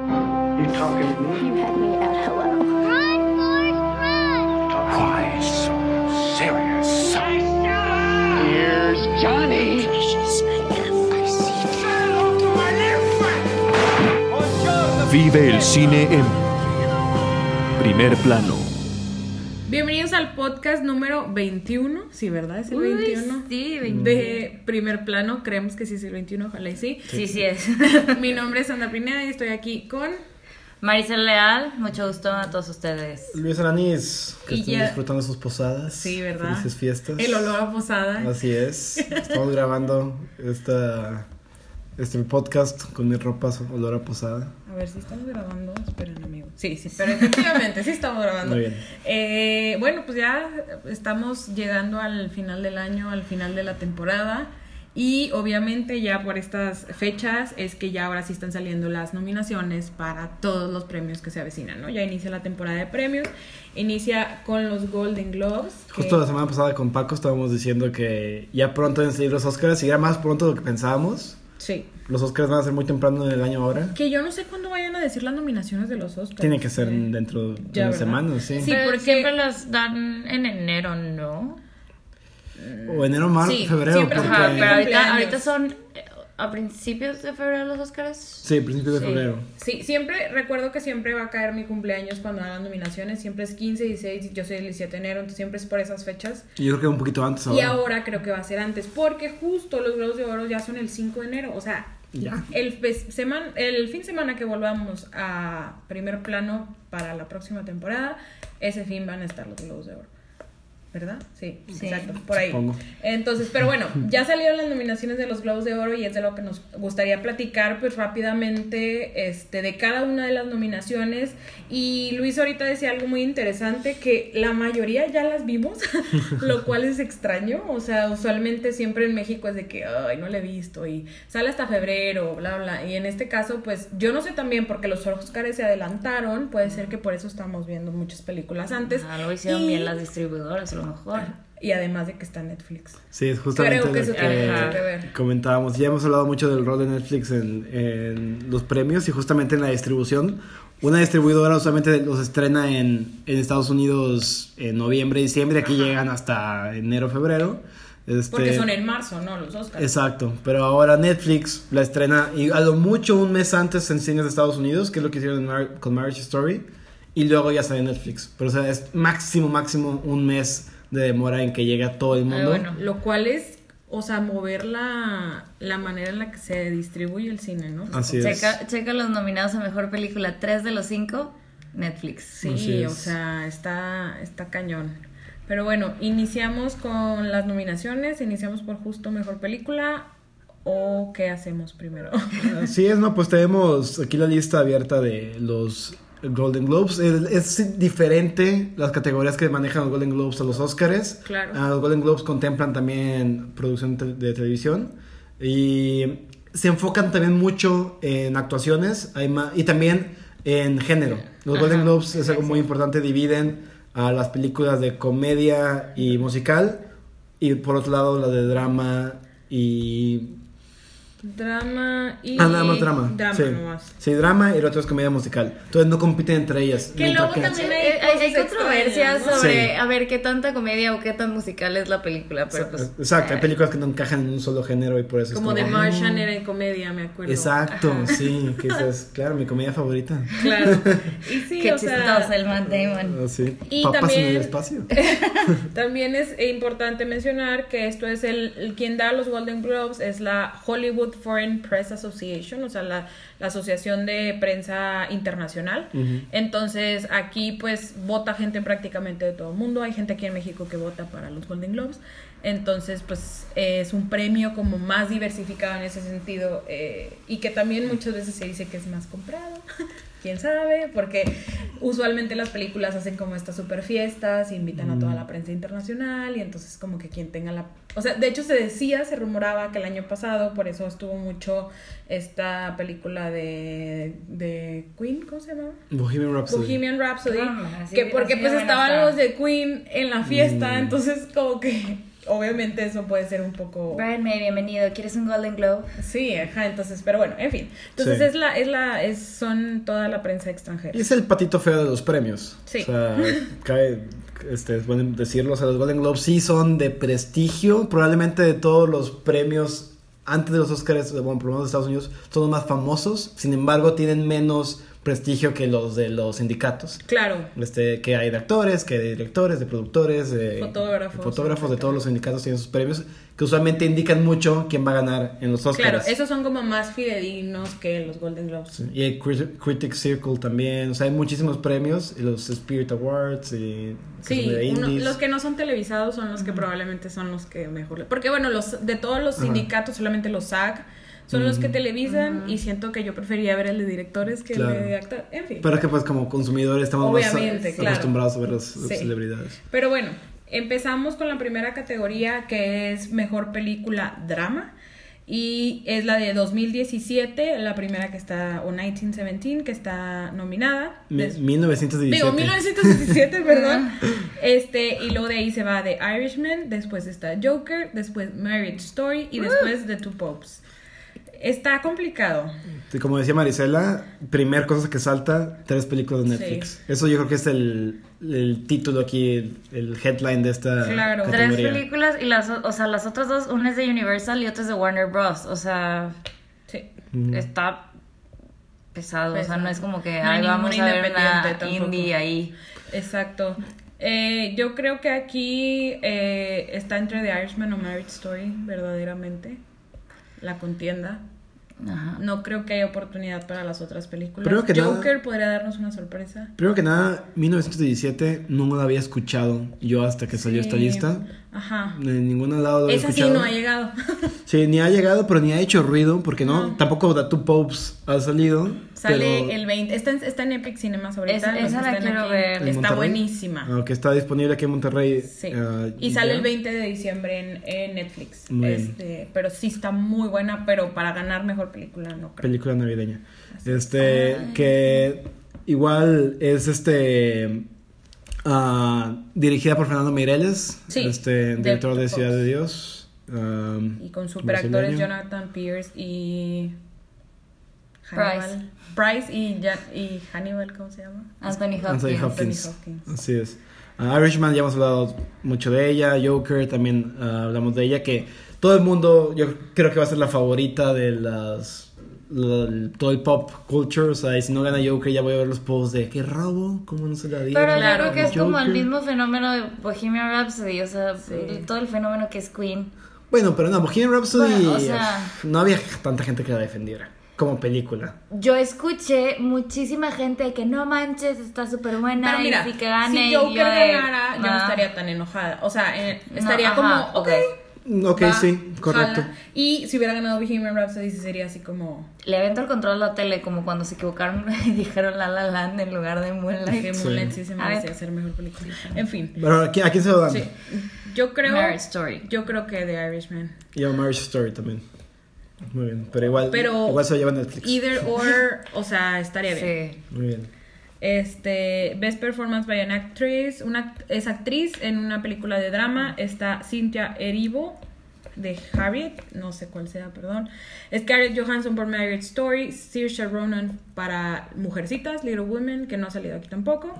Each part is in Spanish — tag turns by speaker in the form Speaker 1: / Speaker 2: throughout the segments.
Speaker 1: You talking to me?
Speaker 2: You had me at hello.
Speaker 3: Run, Forrest, run!
Speaker 1: Why so serious?
Speaker 4: Vive el cine en primer plano.
Speaker 5: Bienvenidos al podcast número 21, sí, ¿verdad? Es el
Speaker 6: Uy,
Speaker 5: 21.
Speaker 6: sí, 21.
Speaker 5: De primer plano, creemos que sí es el 21, ojalá y sí.
Speaker 6: Sí, sí es.
Speaker 5: Mi nombre es Sandra Pineda y estoy aquí con...
Speaker 6: Maricel Leal, mucho gusto a todos ustedes.
Speaker 7: Luis Alanis, que
Speaker 5: Y
Speaker 7: estén
Speaker 5: ya-
Speaker 7: disfrutando sus posadas.
Speaker 5: Sí, ¿verdad?
Speaker 7: Felices fiestas.
Speaker 5: El olor a posada.
Speaker 7: Así es. Estamos grabando esta, este podcast con mi ropa olor a posada.
Speaker 5: A ver si estamos grabando, esperen amigo. Sí, sí, pero efectivamente sí estamos grabando.
Speaker 7: Muy bien.
Speaker 5: Eh, bueno, pues ya estamos llegando al final del año, al final de la temporada. Y obviamente ya por estas fechas es que ya ahora sí están saliendo las nominaciones para todos los premios que se avecinan, ¿no? Ya inicia la temporada de premios, inicia con los Golden Globes. que-
Speaker 7: Justo la semana pasada con Paco estábamos diciendo que ya pronto van a salir los Oscars y ya más pronto de lo que pensábamos.
Speaker 5: Sí.
Speaker 7: Los Oscars van a ser muy temprano en el año ahora.
Speaker 5: Que yo no sé cuándo vayan a decir las nominaciones de los Oscars.
Speaker 7: Tiene que ser
Speaker 5: Eh,
Speaker 7: dentro de
Speaker 5: Ya,
Speaker 7: unas
Speaker 5: ¿verdad?
Speaker 7: semanas, sí.
Speaker 5: Sí,
Speaker 6: Pero
Speaker 5: porque-
Speaker 6: siempre las dan en enero, ¿no?
Speaker 7: O enero, marzo,
Speaker 5: Sí,
Speaker 7: febrero.
Speaker 5: siempre son
Speaker 6: Ajá,
Speaker 5: porque-
Speaker 6: pero
Speaker 5: Cumpleaños.
Speaker 6: ahorita, ahorita son eh, a principios de febrero los Oscars.
Speaker 7: Sí, principios de
Speaker 6: Sí.
Speaker 7: febrero.
Speaker 5: Sí, siempre, recuerdo que siempre va a caer mi cumpleaños cuando hagan nominaciones, siempre es 15, 16, yo soy el 17 de enero, entonces siempre es por esas fechas.
Speaker 7: Y yo creo que un poquito antes
Speaker 5: Y
Speaker 7: ahora.
Speaker 5: ahora creo que va a ser antes, porque justo los Globos de Oro ya son el 5 de enero, o sea,
Speaker 7: Ya.
Speaker 5: el, fe- seman- el fin de semana que volvamos a primer plano para la próxima temporada, ese fin van a estar los Globos de Oro. ¿Verdad? Sí,
Speaker 6: Sí.
Speaker 5: exacto, por ahí.
Speaker 7: Supongo.
Speaker 5: Entonces, pero bueno, ya salieron las nominaciones de los Globos de Oro y es de lo que nos gustaría platicar pues rápidamente este, de cada una de las nominaciones. Y Luis ahorita decía algo muy interesante, que la mayoría ya las vimos, lo cual es extraño. O sea, usualmente siempre en México es de que, ay, no la he visto y sale hasta febrero, bla, bla. Y en este caso, pues yo no sé también porque los Oscars se adelantaron, puede ser que por eso estamos viendo muchas películas antes.
Speaker 6: Algo Ah, hicieron
Speaker 5: Y-
Speaker 6: bien las distribuidoras, a lo mejor.
Speaker 5: Y además de que está en Netflix.
Speaker 7: Sí, es justamente
Speaker 5: Creo que
Speaker 7: lo
Speaker 5: eso
Speaker 7: que,
Speaker 5: tiene mucho que ver.
Speaker 7: comentábamos. Ya hemos hablado mucho del rol de Netflix en, en los premios y justamente en la distribución. Una distribuidora usualmente los estrena en, en Estados Unidos en noviembre, diciembre. Aquí llegan hasta enero, febrero. Este,
Speaker 5: Porque son en marzo, ¿no? Los Oscars.
Speaker 7: Exacto, pero ahora Netflix la estrena y a lo mucho un mes antes en cines de Estados Unidos, que es lo que hicieron en Mar- con Marriage Story, y luego ya sale en Netflix. Pero o sea, es máximo, máximo un mes de demora en que llega a todo
Speaker 5: Ah,
Speaker 7: el mundo.
Speaker 6: bueno.
Speaker 5: Lo cual es, o sea, mover la, la manera en la que se distribuye el cine, ¿no?
Speaker 7: Así es.
Speaker 6: Checa, checa los nominados a mejor película, tres de los cinco, Netflix.
Speaker 7: Así
Speaker 5: Sí,
Speaker 7: es.
Speaker 5: o sea, está, está cañón. Pero bueno, iniciamos con las nominaciones, iniciamos por justo mejor película o qué hacemos primero.
Speaker 7: Así es, no, pues tenemos aquí la lista abierta de los Golden Globes. El- Es diferente las categorías que manejan los Golden Globes a los Oscars.
Speaker 5: Claro.
Speaker 7: Ah, los Golden Globes contemplan también producción te- de televisión y se enfocan también mucho en actuaciones hay ma- y también en género. Los Golden Globes es algo muy importante, dividen a las películas de comedia y musical y por otro lado la de drama y
Speaker 5: drama y...
Speaker 7: Ah, nada más drama.
Speaker 5: Drama
Speaker 7: sí.
Speaker 5: nomás.
Speaker 7: Sí, drama y el otro es comedia musical. Entonces no compiten entre ellas.
Speaker 5: Que
Speaker 7: Mientras
Speaker 5: luego también-
Speaker 6: Eh,
Speaker 5: Hay
Speaker 6: eh, Hay, hay
Speaker 5: cosas
Speaker 6: controversias
Speaker 5: extrañas,
Speaker 7: ¿no?
Speaker 6: sobre
Speaker 7: Sí.
Speaker 6: a ver qué tanta comedia o qué tan musical es la película, pero pues.
Speaker 7: Exacto, hay
Speaker 6: eh,
Speaker 7: películas que no encajan en un solo género y por eso es
Speaker 5: Como de
Speaker 7: "Ah".
Speaker 5: Martian era en comedia, me acuerdo.
Speaker 7: Exacto, sí, que esa es, claro, mi comedia favorita.
Speaker 5: Claro. Y sí,
Speaker 6: Qué
Speaker 5: o sea,
Speaker 6: chistoso el Matt Damon.
Speaker 7: Ah, Sí.
Speaker 5: Y
Speaker 7: Papas en
Speaker 5: también-
Speaker 7: el espacio.
Speaker 5: También es importante mencionar que esto es el, el- quien da los Golden Globes es la Hollywood Foreign Press Association, o sea, la, la Asociación de Prensa Internacional. Entonces, aquí pues vota gente prácticamente de todo el mundo. Hay gente aquí en México que vota para los Golden Globes. Entonces, pues es un premio como más diversificado en ese sentido eh, y que también muchas veces se dice que es más comprado. Quién sabe, porque usualmente las películas hacen como estas super fiestas, invitan a toda la prensa internacional y entonces como que quien tenga la... O sea, de hecho se decía, se rumoraba que el año pasado, por eso estuvo mucho esta película de, de Queen, ¿cómo se llamaba?
Speaker 7: Bohemian Rhapsody.
Speaker 5: Bohemian Rhapsody,
Speaker 6: Ah, sí,
Speaker 5: que
Speaker 6: sí,
Speaker 5: porque
Speaker 6: sí,
Speaker 5: pues
Speaker 6: bueno,
Speaker 5: estaban
Speaker 6: está.
Speaker 7: Mm.
Speaker 5: los de Queen en la fiesta, entonces como que obviamente eso puede ser un poco...
Speaker 6: Brian May, bienvenido. ¿Quieres un Golden Globe?
Speaker 5: Sí, ajá, entonces, pero bueno, en fin. Entonces
Speaker 7: Sí.
Speaker 5: es la, es la, es, son toda la prensa extranjera.
Speaker 7: Y es el patito feo de los premios.
Speaker 5: Sí.
Speaker 7: O sea, cae, este, es bueno decirlo, o sea, los Golden Globes sí son de prestigio, probablemente de todos los premios antes de los Oscars, bueno, por lo menos de Estados Unidos, son los más famosos, sin embargo tienen menos prestigio que los de los sindicatos.
Speaker 5: Claro,
Speaker 7: Este, que hay de actores, que hay de directores, de productores, de
Speaker 5: Fotógrafos,
Speaker 7: de fotógrafos, de todos los sindicatos tienen sus premios, que usualmente indican mucho quién va a ganar en los Oscars.
Speaker 5: claro, esos son como más fidedignos que los Golden Globes.
Speaker 7: Sí, Y hay Crit- Critics Circle también, o sea, hay muchísimos premios, y los Spirit Awards y que
Speaker 5: Sí,
Speaker 7: son de
Speaker 5: uno-
Speaker 7: indies.
Speaker 5: los que no son televisados son los que probablemente son los que mejor. le- Porque bueno, los de todos los
Speaker 7: Ajá.
Speaker 5: sindicatos, solamente los SAG son los que televisan y siento que yo prefería ver el de directores que
Speaker 7: Claro.
Speaker 5: el de actores. En fin.
Speaker 7: Pero que pues como consumidores estamos más
Speaker 5: Obviamente,
Speaker 7: a-
Speaker 5: claro.
Speaker 7: acostumbrados a ver las las
Speaker 5: Sí.
Speaker 7: celebridades.
Speaker 5: Pero bueno, empezamos con la primera categoría que es mejor película drama. Y es la de 2017, la primera que está, o 1917, que está nominada.
Speaker 7: Mi- Ah.
Speaker 5: Des-
Speaker 7: 1917.
Speaker 5: Digo, 1917, perdón. Este, y luego de ahí se va The Irishman, después está Joker, después Marriage Story
Speaker 7: Ah.
Speaker 5: y después The Two Popes. Está complicado.
Speaker 7: Y Como decía Marisela, primer cosa que salta, tres películas de Netflix.
Speaker 5: Sí.
Speaker 7: Eso yo creo que es el, el título aquí, el, el headline de esta
Speaker 5: Claro.
Speaker 6: Tres
Speaker 7: categoría.
Speaker 6: películas y las, o sea, las otras dos, una es de Universal y otra es de Warner Bros. O sea,
Speaker 5: Sí.
Speaker 7: Ujú.
Speaker 6: está pesado. O sea,
Speaker 5: Pesado.
Speaker 6: no es como que
Speaker 5: No hay
Speaker 6: ahí vamos a
Speaker 5: ninguna
Speaker 6: ver una
Speaker 5: independiente tampoco.
Speaker 6: indie ahí.
Speaker 5: Exacto. Eh, yo creo que aquí eh, está entre The Irishman o Marriage Story, verdaderamente. La contienda.
Speaker 6: Ajá.
Speaker 5: No creo que haya oportunidad para las otras películas.
Speaker 7: Primero que nada-
Speaker 5: Joker podría darnos una sorpresa.
Speaker 7: Primero que nada, 1917 no la había escuchado yo hasta que salió esta
Speaker 5: Sí.
Speaker 7: lista.
Speaker 5: Ajá.
Speaker 7: En ningún lado lo había
Speaker 5: Esa sí
Speaker 7: escuchado.
Speaker 5: no ha llegado.
Speaker 7: Sí, ni ha llegado, pero ni ha hecho ruido, porque no,
Speaker 5: No.
Speaker 7: tampoco The Two Popes ha salido.
Speaker 5: Sale
Speaker 7: pero-
Speaker 5: el 20. Está en, está en Epic Cinemas ahorita.
Speaker 6: Esa-
Speaker 5: los que
Speaker 6: esa la
Speaker 5: están
Speaker 6: quiero
Speaker 5: aquí.
Speaker 6: ver.
Speaker 7: ¿En
Speaker 5: Está
Speaker 7: Monterrey?
Speaker 5: buenísima.
Speaker 7: Ah, que está disponible aquí en Monterrey.
Speaker 5: Sí.
Speaker 7: ah,
Speaker 5: y sale
Speaker 7: ya.
Speaker 5: el 20 de diciembre en, en Netflix.
Speaker 7: Muy bien.
Speaker 5: Este, pero sí está muy buena, pero para ganar mejor película no creo.
Speaker 7: Película navideña. Este, que igual es este. ah, dirigida por Fernando Mireles,
Speaker 5: Sí,
Speaker 7: este,
Speaker 5: del
Speaker 7: director de
Speaker 5: Two
Speaker 7: Ciudad de
Speaker 5: Popes.
Speaker 7: Dios. ah,
Speaker 5: y con superactores
Speaker 7: brasileño.
Speaker 5: Jonathan Pierce y
Speaker 6: Price.
Speaker 5: Hannibal. Price y, Ja- y Hannibal, ¿cómo se llama?
Speaker 6: Anthony Hopkins.
Speaker 7: Anthony Hopkins.
Speaker 5: Hopkins.
Speaker 7: Así es. Ah, Irishman ya hemos hablado mucho de ella, Joker también ah, hablamos de ella, que todo el mundo yo creo que va a ser la favorita de las la- el- todo el pop culture, o sea, y si no gana Joker ya voy a ver los posts de qué robo, cómo no se la dieron.
Speaker 6: Pero
Speaker 5: Claro,
Speaker 6: yo creo que es como el
Speaker 7: Joker.
Speaker 6: mismo fenómeno de Bohemian Rhapsody, o sea, todo el fenómeno que es Queen.
Speaker 7: Bueno, pero no, Bohemian Rhapsody
Speaker 6: Bueno, o sea-
Speaker 7: uf, no había tanta gente que la defendiera como película.
Speaker 6: Yo escuché muchísima gente de que no manches, está súper buena
Speaker 5: Pero
Speaker 6: y
Speaker 5: mira,
Speaker 6: sí que gane.
Speaker 5: si
Speaker 6: y
Speaker 5: Joker
Speaker 6: yo de,
Speaker 5: ganara, yo no
Speaker 6: "Ah".
Speaker 5: estaría tan enojada. O sea, eh,
Speaker 6: No,
Speaker 5: estaría
Speaker 6: ajá,
Speaker 5: como,
Speaker 6: ok.
Speaker 5: ok.
Speaker 7: Mm, Ok,
Speaker 5: va,
Speaker 7: sí, correcto.
Speaker 5: jala". Y si hubiera ganado Bohemian Rhapsody, sí sería así como.
Speaker 6: Le aventó el control a la tele como cuando se equivocaron y dijeron La La Land en lugar de
Speaker 5: Que
Speaker 6: Moonlight.
Speaker 5: Moonlight sí se
Speaker 6: A
Speaker 5: merecía
Speaker 6: ver.
Speaker 5: ser mejor película. En fin.
Speaker 7: Pero ¿a quién, a quién se lo dan?
Speaker 5: Sí. Yo creo.
Speaker 6: Marriage Story.
Speaker 5: Yo creo que The Irishman.
Speaker 7: Y a Marriage Story también. Muy bien, pero igual,
Speaker 5: Pero-
Speaker 7: igual se lo lleva Netflix.
Speaker 5: Either or, o sea, estaría bien.
Speaker 6: Sí.
Speaker 7: Muy bien.
Speaker 5: Este, Best Performance by an Actress, una, es actriz en una película de drama, está Cynthia Erivo de Harriet, no sé cuál sea, perdón. Scarlett Johansson por Marriage Story, Saoirse Ronan para Mujercitas, Little Women, que no ha salido aquí tampoco,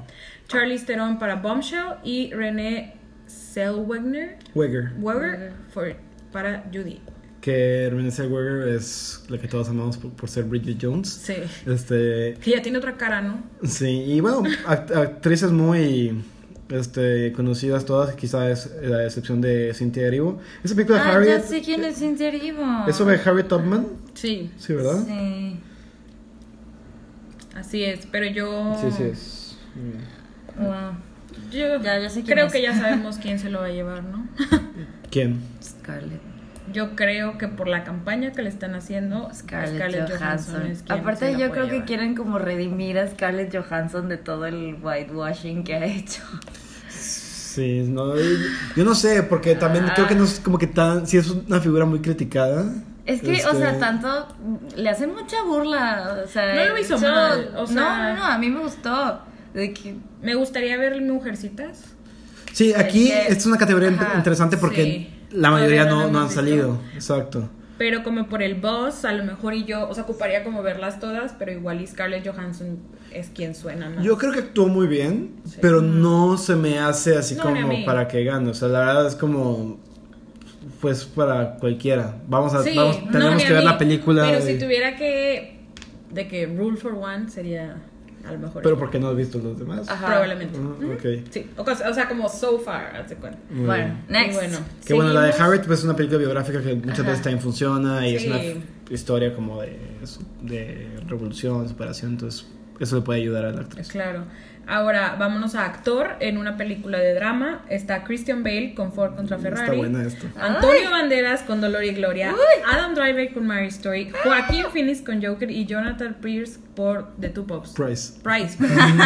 Speaker 5: Charlize Theron para Bombshell y Renee Zellweger
Speaker 7: Wigger.
Speaker 5: Weber for- para Judy.
Speaker 7: que Renée Zellweger es la que todos amamos por, por ser Bridget Jones.
Speaker 5: Sí.
Speaker 7: Este,
Speaker 5: Que ya tiene otra cara, ¿no?
Speaker 7: sí, y bueno, act- actrices muy este, conocidas todas, quizás es la excepción de Cynthia Erivo. Esa película de
Speaker 6: Ah, ya
Speaker 7: Harriet,
Speaker 6: sé quién es Cynthia Erivo.
Speaker 7: es sobre Harriet Tubman,
Speaker 5: Sí.
Speaker 7: sí, ¿verdad?
Speaker 6: Sí.
Speaker 5: Así es, pero yo...
Speaker 7: Sí, sí, es.
Speaker 6: Wow.
Speaker 5: Yo
Speaker 6: Ya, ya sé quién
Speaker 5: creo
Speaker 6: es.
Speaker 5: que ya sabemos quién se lo va a llevar, ¿no?
Speaker 7: ¿Quién?
Speaker 6: Scarlett.
Speaker 5: Yo creo que por la campaña que le están haciendo,
Speaker 6: Scarlett,
Speaker 5: Scarlett, Johansson.
Speaker 6: Johansson.
Speaker 5: es quien se
Speaker 6: Aparte yo
Speaker 5: la puede
Speaker 6: creo que
Speaker 5: llevar.
Speaker 6: quieren como redimir a Scarlett Johansson de todo el whitewashing que ha hecho.
Speaker 7: Sí, no, y- yo no sé, porque
Speaker 6: Ah.
Speaker 7: también creo que no es como que tan. Sí, es una figura muy criticada.
Speaker 6: Es que, o
Speaker 7: Este,
Speaker 6: sea, tanto le hacen mucha burla, o sea,
Speaker 5: No lo hizo
Speaker 6: yo-
Speaker 5: mal, o sea-
Speaker 6: no, no, no, a mí me gustó de que
Speaker 5: Me gustaría ver Mujercitas.
Speaker 7: Sí, aquí
Speaker 6: Este,
Speaker 7: esta es una categoría
Speaker 6: ajá,
Speaker 7: interesante porque
Speaker 5: sí.
Speaker 7: la mayoría
Speaker 5: Todavía
Speaker 7: no,
Speaker 5: no la
Speaker 7: no han
Speaker 5: hemos
Speaker 7: salido.
Speaker 5: visto.
Speaker 7: Exacto.
Speaker 5: Pero como por el boss, a lo mejor y yo, o sea, ocuparía como verlas todas, pero igual y Scarlett Johansson es quien suena más.
Speaker 7: Yo creo que actuó muy bien, pero no se me hace así
Speaker 5: No, ni a
Speaker 7: como
Speaker 5: mí.
Speaker 7: para que gane. O sea, la verdad es como. Pues para cualquiera. Vamos a.
Speaker 5: Sí,
Speaker 7: vamos,
Speaker 5: no,
Speaker 7: tenemos
Speaker 5: ni a
Speaker 7: que ver
Speaker 5: mí,
Speaker 7: la película.
Speaker 5: Pero
Speaker 7: de-
Speaker 5: si tuviera que. de que Rule for One sería a lo mejor.
Speaker 7: Pero porque no has visto los demás.
Speaker 6: Ajá.
Speaker 5: Probablemente.
Speaker 7: Ah, ok.
Speaker 5: Sí, o, cos- o sea, como so far, haz de cuenta.
Speaker 7: Muy
Speaker 6: Bueno,
Speaker 7: bien.
Speaker 6: next.
Speaker 5: Bueno.
Speaker 7: Que bueno, la de
Speaker 6: Seguimos.
Speaker 7: Harriet pues, es una película biográfica que muchas
Speaker 6: Ajá.
Speaker 7: veces también funciona y es
Speaker 5: Sí.
Speaker 7: una f- historia como de, su- de revolución, superación, entonces eso le puede ayudar a la actriz.
Speaker 5: Claro. Ahora, vámonos a actor en una película de drama. Está Christian Bale con Ford contra
Speaker 7: Mm,
Speaker 5: Ferrari.
Speaker 7: Está buena esto.
Speaker 5: Antonio Banderas con Dolor y Gloria. Adam Driver con Mary Story. Joaquín Phoenix con Joker. Y Jonathan Pierce por The Two Pops.
Speaker 7: Price.
Speaker 5: Price. perdón.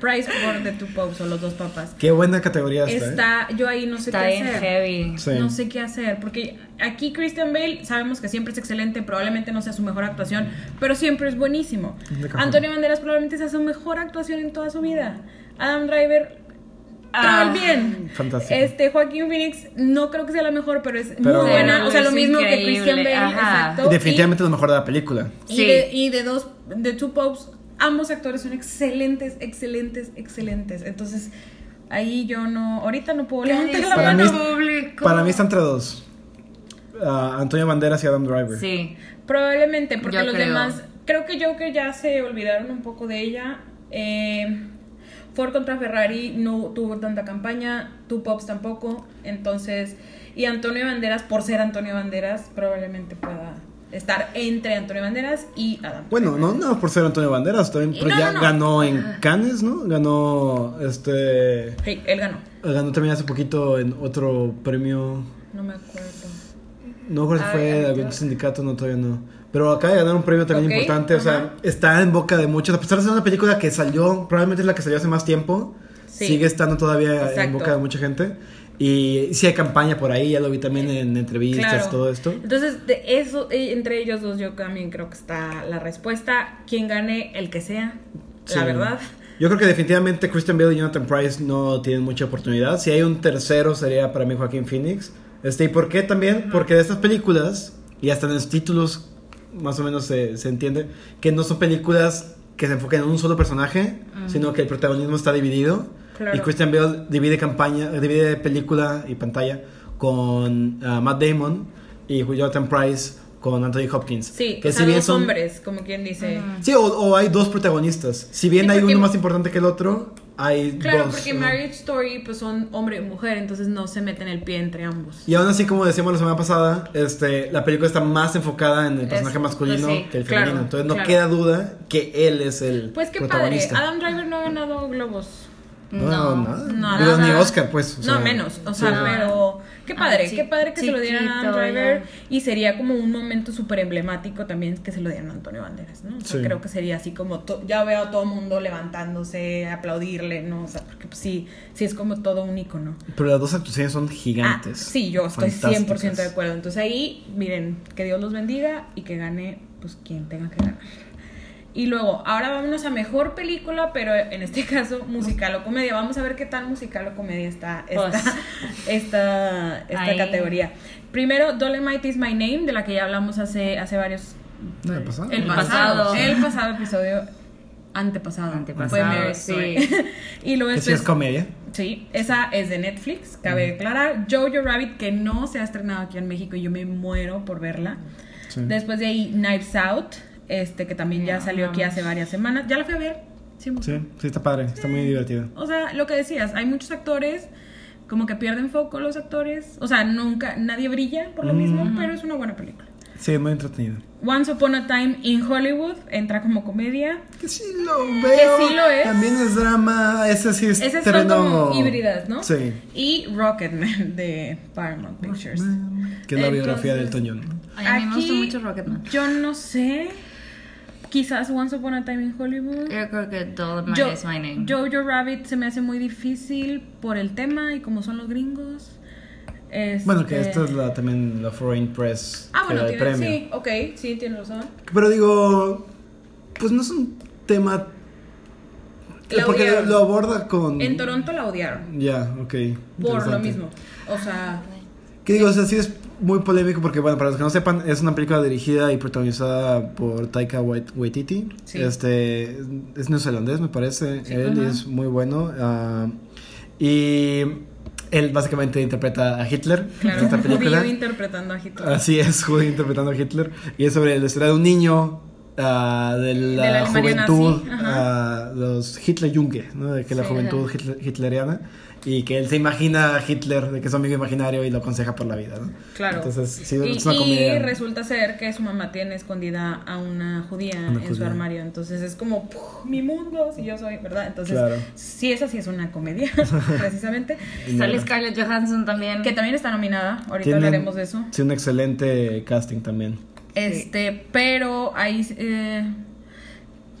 Speaker 5: Price por The Two Pops o los dos papas.
Speaker 7: Qué buena categoría está. ¿eh?
Speaker 5: Está, yo ahí no sé
Speaker 6: Está
Speaker 5: qué
Speaker 6: bien
Speaker 5: hacer.
Speaker 6: heavy.
Speaker 7: Sí.
Speaker 5: No sé qué hacer, porque aquí Christian Bale sabemos que siempre es excelente, probablemente no sea su mejor actuación, pero siempre es buenísimo.
Speaker 7: De cajón.
Speaker 5: Antonio Banderas probablemente sea su mejor actuación en toda su vida. Adam Driver
Speaker 6: Ah,
Speaker 5: también.
Speaker 7: fantástico.
Speaker 5: Este Joaquín Phoenix no creo que sea la mejor, pero es
Speaker 7: Pero-
Speaker 5: muy buena, o sea, lo
Speaker 6: Es
Speaker 5: mismo que
Speaker 6: increíble,
Speaker 5: Christian Bale,
Speaker 6: ajá.
Speaker 5: exacto.
Speaker 7: Definitivamente lo mejor de la película.
Speaker 5: Y, y
Speaker 6: Sí.
Speaker 5: de, y de dos de Two Popes, ambos actores son excelentes, excelentes, excelentes. Entonces, ahí yo no ahorita no puedo levantar la
Speaker 7: Para
Speaker 5: mano.
Speaker 7: mí,
Speaker 6: público.
Speaker 7: para mí está entre dos. Ah, Antonio Banderas y Adam Driver.
Speaker 6: Sí.
Speaker 5: Probablemente, porque
Speaker 6: Yo
Speaker 5: los
Speaker 6: creo.
Speaker 5: demás. Creo que Joker ya se olvidaron un poco de ella. Eh, Ford contra Ferrari no tuvo tanta campaña. Two Pops tampoco. Entonces. Y Antonio Banderas, por ser Antonio Banderas, probablemente pueda estar entre Antonio Banderas y Adam.
Speaker 7: Bueno, no, no por ser Antonio Banderas también,
Speaker 5: Y
Speaker 7: pero
Speaker 5: no,
Speaker 7: ya
Speaker 5: no, no.
Speaker 7: ganó en Cannes, ¿no? Ganó este
Speaker 5: Sí, él ganó.
Speaker 7: ganó también hace poquito en otro premio
Speaker 5: No me acuerdo.
Speaker 7: No creo
Speaker 5: Ah,
Speaker 7: que fue de algún sindicato, no, todavía no. Pero acaba de ganar un premio también
Speaker 5: Ok,
Speaker 7: importante, o sea,
Speaker 5: ajá.
Speaker 7: está en boca de muchos. A pesar de ser una película que salió, probablemente es la que salió hace más tiempo,
Speaker 5: Sí.
Speaker 7: sigue estando todavía en
Speaker 5: Exacto.
Speaker 7: boca de mucha gente. Y sí hay campaña por ahí, ya lo vi también en entrevistas,
Speaker 5: Eh, Claro.
Speaker 7: todo esto.
Speaker 5: Entonces, de eso, eh, entre ellos dos, yo también creo que está la respuesta. Quien gane, el que sea.
Speaker 7: Sí.
Speaker 5: La verdad.
Speaker 7: Yo creo que definitivamente Christian Bale y Jonathan Price no tienen mucha oportunidad. Si hay un tercero sería para mí Joaquín Phoenix. Este, ¿y por qué también? Porque de estas películas, y hasta en los títulos más o menos se, se entiende, que no son películas que se enfoquen en un solo personaje, sino que el protagonismo está dividido.
Speaker 5: Claro.
Speaker 7: Y Christian Bale divide campaña, divide película y pantalla con ah, Matt Damon y Jonathan Price con Anthony Hopkins.
Speaker 5: Sí,
Speaker 7: que
Speaker 5: o sea,
Speaker 7: bien
Speaker 5: dos
Speaker 7: son-
Speaker 5: hombres, como quien dice.
Speaker 7: Sí, o, o hay dos protagonistas. Si bien
Speaker 5: Sí,
Speaker 7: hay
Speaker 5: porque-
Speaker 7: uno más importante que el otro, hay
Speaker 5: Claro,
Speaker 7: dos.
Speaker 5: porque
Speaker 7: ¿no?
Speaker 5: Marriage Story pues son hombre y mujer, entonces no se meten el pie entre ambos.
Speaker 7: Y aún así, como decíamos la semana pasada, este, la película está más enfocada en el personaje
Speaker 6: Es-
Speaker 7: masculino
Speaker 6: pues sí,
Speaker 7: que el
Speaker 5: claro,
Speaker 7: femenino. Entonces no
Speaker 5: claro.
Speaker 7: queda duda que él es el
Speaker 5: Pues qué padre,
Speaker 7: protagonista.
Speaker 5: Adam Driver no ha ganado globos.
Speaker 7: No,
Speaker 6: No.
Speaker 7: nada.
Speaker 5: No,
Speaker 7: Digo, ni
Speaker 5: nada.
Speaker 7: Oscar, pues. o sea,
Speaker 5: no, menos, o sea,
Speaker 7: sí.
Speaker 5: pero qué padre,
Speaker 6: Ah,
Speaker 5: qué padre que se lo dieran a Adam
Speaker 6: chiquito,
Speaker 5: Driver
Speaker 6: ya.
Speaker 5: y sería como un momento súper emblemático también que se lo dieran a Antonio Banderas, ¿no? O sea,
Speaker 7: Sí.
Speaker 5: creo que sería así como, to- ya veo a todo el mundo levantándose, aplaudirle, ¿no? O sea, porque pues, sí, sí es como todo un icono.
Speaker 7: Pero las dos actuaciones son
Speaker 5: Ah,
Speaker 7: gigantes.
Speaker 5: sí, yo estoy 100%
Speaker 7: fantásticas.
Speaker 5: de acuerdo. Entonces ahí, miren, que Dios los bendiga y que gane, pues quien tenga que ganar. Y luego, ahora vámonos a mejor película, pero en este caso musical o comedia. Vamos a ver qué tan musical o comedia está esta,
Speaker 6: Pues.
Speaker 5: esta, esta
Speaker 6: Ahí.
Speaker 5: categoría. Primero, Dolomite is My Name, de la que ya hablamos hace, hace varios...
Speaker 7: ¿No le pasa?
Speaker 5: El
Speaker 6: El
Speaker 5: pasado.
Speaker 6: pasado.
Speaker 5: El pasado episodio antepasado.
Speaker 6: Antepasado,
Speaker 5: Fue Marriage Story.
Speaker 6: sí.
Speaker 5: y luego
Speaker 7: Que sí
Speaker 5: después-
Speaker 7: es comedia.
Speaker 5: Sí, esa es de Netflix, cabe declarar. Jojo Rabbit, que no se ha estrenado aquí en México y yo me muero por verla.
Speaker 7: Sí.
Speaker 5: Después de ahí, Knives Out, este que también ya salió aquí hace varias semanas. Ya la fui a ver. Sí, me-
Speaker 7: Sí, sí, está padre. Está muy divertido.
Speaker 5: O sea, lo que decías, hay muchos actores, como que pierden foco los actores. O sea, nunca, nadie brilla por lo mismo, pero es una buena película.
Speaker 7: Sí, muy entretenido.
Speaker 5: Once Upon a Time in Hollywood entra como comedia.
Speaker 7: Que sí lo veo.
Speaker 5: sí lo es.
Speaker 7: También es drama. Ese sí es
Speaker 5: Esas son
Speaker 7: terreno...
Speaker 5: como híbridas, ¿no?
Speaker 7: Sí.
Speaker 5: Y Rocketman de Paramount Pictures.
Speaker 7: Que es la biografía del
Speaker 5: Entonces-
Speaker 7: Toñón.
Speaker 6: Ay, a mí me gusta
Speaker 5: Aquí-
Speaker 6: mucho Rocketman.
Speaker 5: Yo no sé. Quizás Once Upon a Time in Hollywood.
Speaker 6: Yo creo que Dolomite
Speaker 5: Yo-
Speaker 6: is my name.
Speaker 5: Jojo Rabbit se me hace muy difícil por el tema y como son los gringos. Este-
Speaker 7: Bueno, que esta es la, también la Foreign Press
Speaker 5: Ah,
Speaker 7: que
Speaker 5: bueno,
Speaker 7: da el
Speaker 5: tiene,
Speaker 7: premio.
Speaker 5: sí, ok, sí, tiene razón.
Speaker 7: Pero digo, pues no es un tema
Speaker 5: La
Speaker 7: Porque lo,
Speaker 5: odiaron.
Speaker 7: lo aborda con.
Speaker 5: En Toronto la odiaron.
Speaker 7: Ya, ok.
Speaker 5: Por
Speaker 7: interesante.
Speaker 5: lo mismo. O sea,
Speaker 7: Que digo, o sea, sí es muy polémico porque, bueno, para los que no sepan, es una película dirigida y protagonizada por Taika Wait- Waititi.
Speaker 5: Sí.
Speaker 7: Este, es neozelandés, me parece.
Speaker 5: Sí,
Speaker 7: Él
Speaker 5: ajá.
Speaker 7: es muy bueno. ah, y él básicamente interpreta a Hitler en
Speaker 5: claro,
Speaker 7: esta
Speaker 5: un
Speaker 7: película.
Speaker 5: judío interpretando a Hitler.
Speaker 7: Así es, judío interpretando a Hitler. Y es sobre la historia de un niño ah, de la,
Speaker 5: De la Alemania nazi,
Speaker 7: juventud,
Speaker 5: ajá.
Speaker 7: ah, los Hitlerjunge, ¿no? De que la
Speaker 6: Sí,
Speaker 7: juventud
Speaker 6: ajá.
Speaker 7: hitler- hitleriana. Y que él se imagina a Hitler, de que es su amigo imaginario y lo aconseja por la vida, ¿no?
Speaker 5: Claro.
Speaker 7: Entonces, sí,
Speaker 5: y,
Speaker 7: es una
Speaker 5: y
Speaker 7: comedia.
Speaker 5: resulta ser que su mamá tiene escondida a una judía
Speaker 7: Una
Speaker 5: en su
Speaker 7: judía.
Speaker 5: armario. Entonces es como "Puf, mi mundo, si yo soy, ¿verdad? Entonces,
Speaker 7: Claro.
Speaker 5: sí, esa sí es una comedia, precisamente.
Speaker 6: Sale Scarlett Johansson también.
Speaker 5: Que también está nominada, ahorita
Speaker 7: Tienen-
Speaker 5: hablaremos de eso.
Speaker 7: Sí, un excelente casting también.
Speaker 5: Este, pero ahí eh,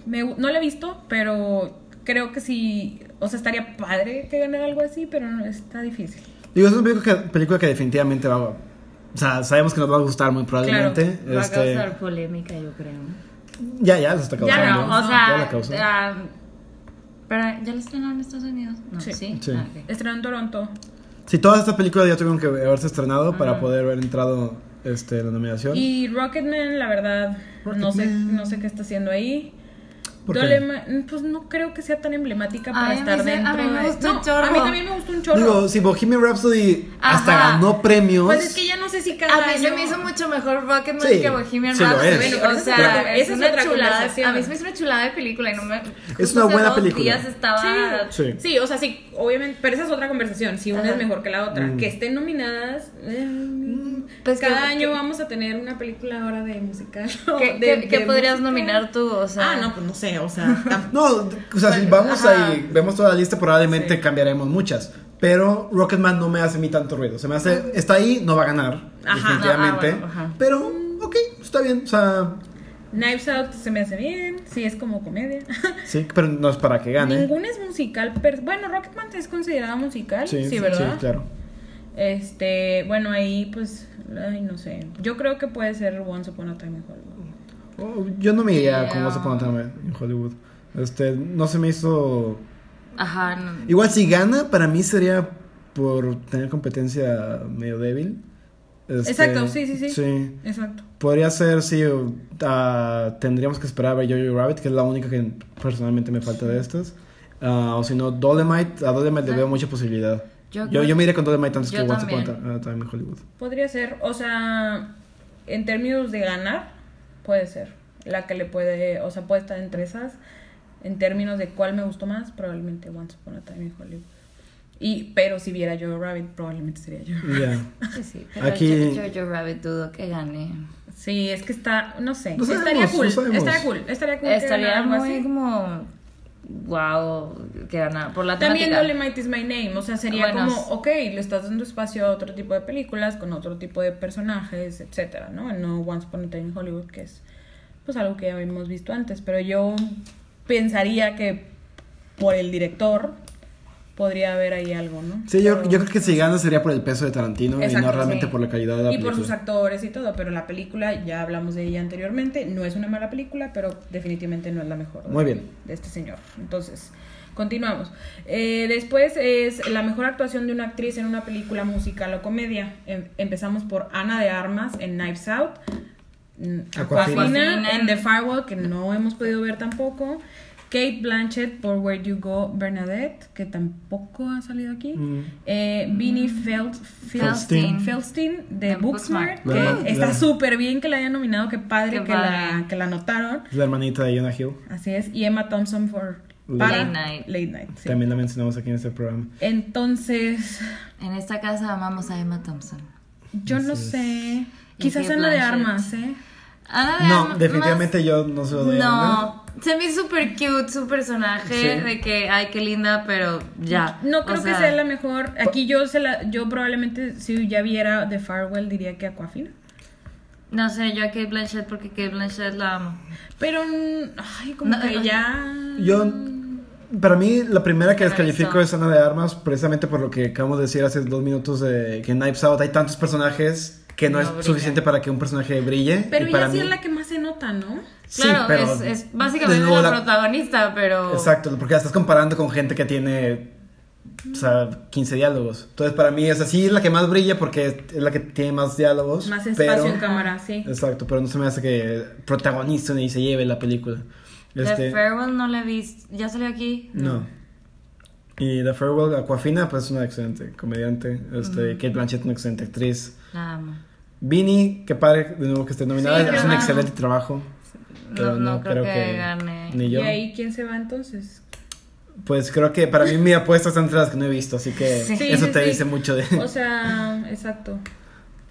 Speaker 5: me gu- no la he visto, pero creo que sí, o sea, estaría padre que ganara algo así, pero no, está difícil.
Speaker 7: Digo, es una película que, película que definitivamente va a... O sea, sabemos que nos va a gustar muy probablemente.
Speaker 6: Va a
Speaker 7: Este,
Speaker 6: causar polémica, yo creo.
Speaker 7: Ya, ya, lo está causando.
Speaker 6: Ya no,
Speaker 5: no,
Speaker 6: o
Speaker 7: Ya
Speaker 6: sea.
Speaker 7: la causó.
Speaker 6: ah, pero ya lo estrenaron en Estados Unidos. No,
Speaker 5: Sí.
Speaker 6: sí.
Speaker 7: Sí.
Speaker 6: Ah, ok.
Speaker 5: Estrenó en Toronto.
Speaker 7: Sí, todas estas películas ya tuvieron que haberse estrenado para poder haber entrado este, en la nominación.
Speaker 5: Y Rocketman, la verdad, no sé,
Speaker 7: Rocketman.
Speaker 5: no sé qué está haciendo ahí.
Speaker 7: ¿Por qué?
Speaker 5: Dolema- pues no creo que sea tan emblemática para
Speaker 6: Ay, a mí
Speaker 5: estar
Speaker 6: se- a
Speaker 5: dentro.
Speaker 6: mí me
Speaker 5: de-
Speaker 6: gustó un
Speaker 5: No,
Speaker 6: chorro.
Speaker 5: A mí también me gustó un chorro.
Speaker 7: Digo, si Bohemian Rhapsody hasta
Speaker 6: Ajá.
Speaker 7: ganó premios.
Speaker 5: pues es que ya no sé si cada
Speaker 6: A mí se
Speaker 5: año-
Speaker 6: me hizo mucho mejor Rocketman
Speaker 7: Sí,
Speaker 6: que Bohemian
Speaker 7: sí lo
Speaker 6: Rhapsody.
Speaker 7: es.
Speaker 5: Bueno, pero
Speaker 6: O
Speaker 5: esa es otra-
Speaker 6: sea, es
Speaker 5: esa es
Speaker 6: una
Speaker 5: otra
Speaker 6: chulada.
Speaker 5: conversación.
Speaker 6: A mí se me hizo una chulada de película y no me.
Speaker 7: Es
Speaker 6: justo
Speaker 7: una
Speaker 6: hace
Speaker 7: buena
Speaker 6: dos
Speaker 7: película.
Speaker 6: días estaba
Speaker 5: Sí.
Speaker 7: Sí.
Speaker 5: Ah, sí, o sea, sí, obviamente, pero esa es otra conversación, si una
Speaker 6: Ajá.
Speaker 5: es mejor que la otra.
Speaker 7: Mm.
Speaker 5: Que estén nominadas, eh,
Speaker 6: pues
Speaker 5: cada
Speaker 6: que-
Speaker 5: año
Speaker 6: que-
Speaker 5: vamos a tener una película ahora de musical.
Speaker 6: ¿Qué,
Speaker 5: de-
Speaker 6: qué-
Speaker 5: de
Speaker 6: qué podrías
Speaker 5: música.
Speaker 6: nominar tú? O sea,
Speaker 5: Ah, no, pues no sé, o sea, tam-
Speaker 7: No, o sea, si vamos ahí, vemos toda la lista, probablemente cambiaremos muchas. Pero Rocketman no me hace a mí tanto ruido. Se me hace, está ahí, no va a ganar,
Speaker 5: Ajá.
Speaker 7: definitivamente.
Speaker 6: No, ah, bueno, ajá.
Speaker 7: Pero, ok, está bien. O sea,
Speaker 5: Knives Out se me hace bien, sí es como comedia.
Speaker 7: sí, pero no es para que gane.
Speaker 5: Ninguna es musical, pero bueno, Rocketman es considerada musical, sí,
Speaker 7: sí,
Speaker 5: ¿verdad?
Speaker 7: sí, claro.
Speaker 5: Este, bueno, ahí pues, ay, no sé. Yo creo que puede ser Once Upon a Time in Hollywood.
Speaker 7: Oh, yo no me iría
Speaker 6: Yeah.
Speaker 7: con Once Upon a Time en Hollywood. Este, no se me hizo.
Speaker 6: Ajá, no.
Speaker 7: Igual si gana, para mí sería por tener competencia medio débil. Este,
Speaker 5: Exacto, sí, sí, sí.
Speaker 7: Sí.
Speaker 5: Exacto.
Speaker 7: Podría ser, sí, o- ah, tendríamos que esperar a ver Jojo Rabbit, que es la única que personalmente me falta de estas. Ah, o si no, Dolemite. A
Speaker 5: Ah.
Speaker 7: Dolemite le veo mucha posibilidad. Yo,
Speaker 6: Yo-
Speaker 7: yo, me iría con Dolemite antes
Speaker 6: Yo
Speaker 7: que Once Upon a
Speaker 6: también.
Speaker 7: Ti- a Time en Hollywood.
Speaker 5: Podría ser, o sea, en términos de ganar, puede ser. La que le puede, o sea, puede estar entre esas. En términos de cuál me gustó más, probablemente Once Upon a Time in Hollywood. Y, pero si viera Joe Rabbit, probablemente sería yo.
Speaker 7: Ya.
Speaker 6: Sí, sí, pero
Speaker 7: Aquí-
Speaker 6: yo, yo, yo Rabbit dudo que gane.
Speaker 5: Sí, es que está, no sé,
Speaker 7: No sabemos,
Speaker 5: estaría, cool,
Speaker 7: no sabemos.
Speaker 5: estaría cool, estaría cool, que ganara
Speaker 6: Estaría
Speaker 5: algo
Speaker 6: muy
Speaker 5: así.
Speaker 6: como. Wow, que gana. Por la
Speaker 5: También
Speaker 6: temática.
Speaker 5: Dolemite is my name, o sea, sería
Speaker 6: Bueno,
Speaker 5: como, ok, le estás dando espacio a otro tipo de películas, con otro tipo de personajes, etcétera, ¿no? No Once Upon a Time in Hollywood, que es pues algo que ya hemos visto antes, pero yo pensaría que por el director podría haber ahí algo, ¿no?
Speaker 7: Sí, yo,
Speaker 5: Pero-
Speaker 7: yo creo que si gana sería por el peso de Tarantino y no
Speaker 5: Exacto,
Speaker 7: realmente
Speaker 5: sí.
Speaker 7: por la calidad de la
Speaker 5: y por
Speaker 7: película.
Speaker 5: sus actores y todo, pero la película, ya hablamos de ella anteriormente, no es una mala película, pero definitivamente no es la mejor de,
Speaker 7: Muy bien.
Speaker 5: de este señor. Entonces, continuamos. Eh, después es la mejor actuación de una actriz en una película musical o comedia. Em- empezamos por Ana de Armas en Knives Out. mm,
Speaker 7: Aquafina.
Speaker 5: Aquafina
Speaker 6: Aquafina.
Speaker 5: en The Firewall, que no hemos podido ver tampoco. Kate Blanchett por Where You Go Bernadette, que tampoco ha salido aquí.
Speaker 7: Mm.
Speaker 5: Eh, Vinnie Feld,
Speaker 7: Feldstein.
Speaker 5: Feldstein. Feldstein de
Speaker 6: De
Speaker 5: Booksmart,
Speaker 6: Mm. Booksmart.
Speaker 5: que
Speaker 7: Claro,
Speaker 5: está
Speaker 7: claro.
Speaker 5: súper bien que la hayan nominado, que padre
Speaker 6: Qué
Speaker 5: que la,
Speaker 6: padre.
Speaker 5: que la anotaron.
Speaker 7: Es la hermanita de Jonah Hill.
Speaker 5: Así es, y Emma Thompson por
Speaker 7: Late
Speaker 5: para-
Speaker 6: Night.
Speaker 5: Late Night, sí.
Speaker 7: También la mencionamos aquí en este programa.
Speaker 5: Entonces,
Speaker 6: En esta casa amamos a Emma Thompson.
Speaker 5: yo no
Speaker 7: Así es.
Speaker 5: sé.
Speaker 6: Y
Speaker 5: Quizás
Speaker 6: Kate
Speaker 5: Ana de
Speaker 6: Blanchett.
Speaker 5: Armas, ¿eh?
Speaker 6: Ana de
Speaker 7: No,
Speaker 6: Armas-
Speaker 7: definitivamente yo no se lo doy a Ana.
Speaker 6: No, se me hizo súper cute su personaje
Speaker 7: Sí.
Speaker 6: de que, ay, qué linda, pero ya.
Speaker 5: No
Speaker 6: o
Speaker 5: creo
Speaker 6: sea,
Speaker 5: que sea la mejor. Aquí yo se la, yo probablemente si ya viera The Farewell diría que Aquafina.
Speaker 6: No sé, yo a Kate Blanchett porque Kate Blanchett la amo.
Speaker 5: Pero, mm, ay, como
Speaker 6: No, eh,
Speaker 5: que
Speaker 6: no.
Speaker 5: ya.
Speaker 7: Yo, para mí, la primera que descalifico
Speaker 6: Analizó.
Speaker 7: es Ana de Armas, precisamente por lo que acabamos de decir hace dos minutos de que en Knives Out hay tantos personajes que no,
Speaker 6: No
Speaker 7: es
Speaker 6: brilla.
Speaker 7: suficiente para que un personaje brille.
Speaker 5: Pero
Speaker 7: y para
Speaker 5: ella sí
Speaker 7: mí-
Speaker 5: es la que más se nota. prota, ¿no?
Speaker 7: Sí,
Speaker 6: Claro,
Speaker 7: pero
Speaker 6: es, es
Speaker 7: de
Speaker 6: básicamente
Speaker 7: nuevo
Speaker 6: la,
Speaker 7: la-
Speaker 6: protagonista, pero.
Speaker 7: Exacto, porque la estás comparando con gente que tiene, o sea, 15 diálogos. Entonces, para mí es así, es la que más brilla porque es la que tiene más diálogos.
Speaker 5: Más espacio
Speaker 7: pero-
Speaker 5: en cámara, sí.
Speaker 7: Exacto, pero no se me hace que protagonizan y se lleve la película.
Speaker 6: The Farewell no la he visto. ¿Ya salió aquí?
Speaker 7: este No. Y The Farewell, Aquafina, pues es una excelente comediante. Este, Kate Blanchett, una excelente actriz.
Speaker 6: La amo.
Speaker 7: Vinny, qué padre de nuevo que esté nominada.
Speaker 6: Sí,
Speaker 7: es
Speaker 6: qué
Speaker 7: un
Speaker 6: raro.
Speaker 7: excelente trabajo.
Speaker 6: No, no, creo, que, gane.
Speaker 7: Ni
Speaker 5: ¿Y
Speaker 7: yo.
Speaker 5: ahí quién se va entonces?
Speaker 7: Pues creo que para mí mi apuesta está entre las que no he visto, así que
Speaker 6: Sí.
Speaker 7: eso
Speaker 5: Sí,
Speaker 7: te
Speaker 5: sí,
Speaker 7: dice
Speaker 5: sí.
Speaker 7: mucho de.
Speaker 5: O sea, exacto.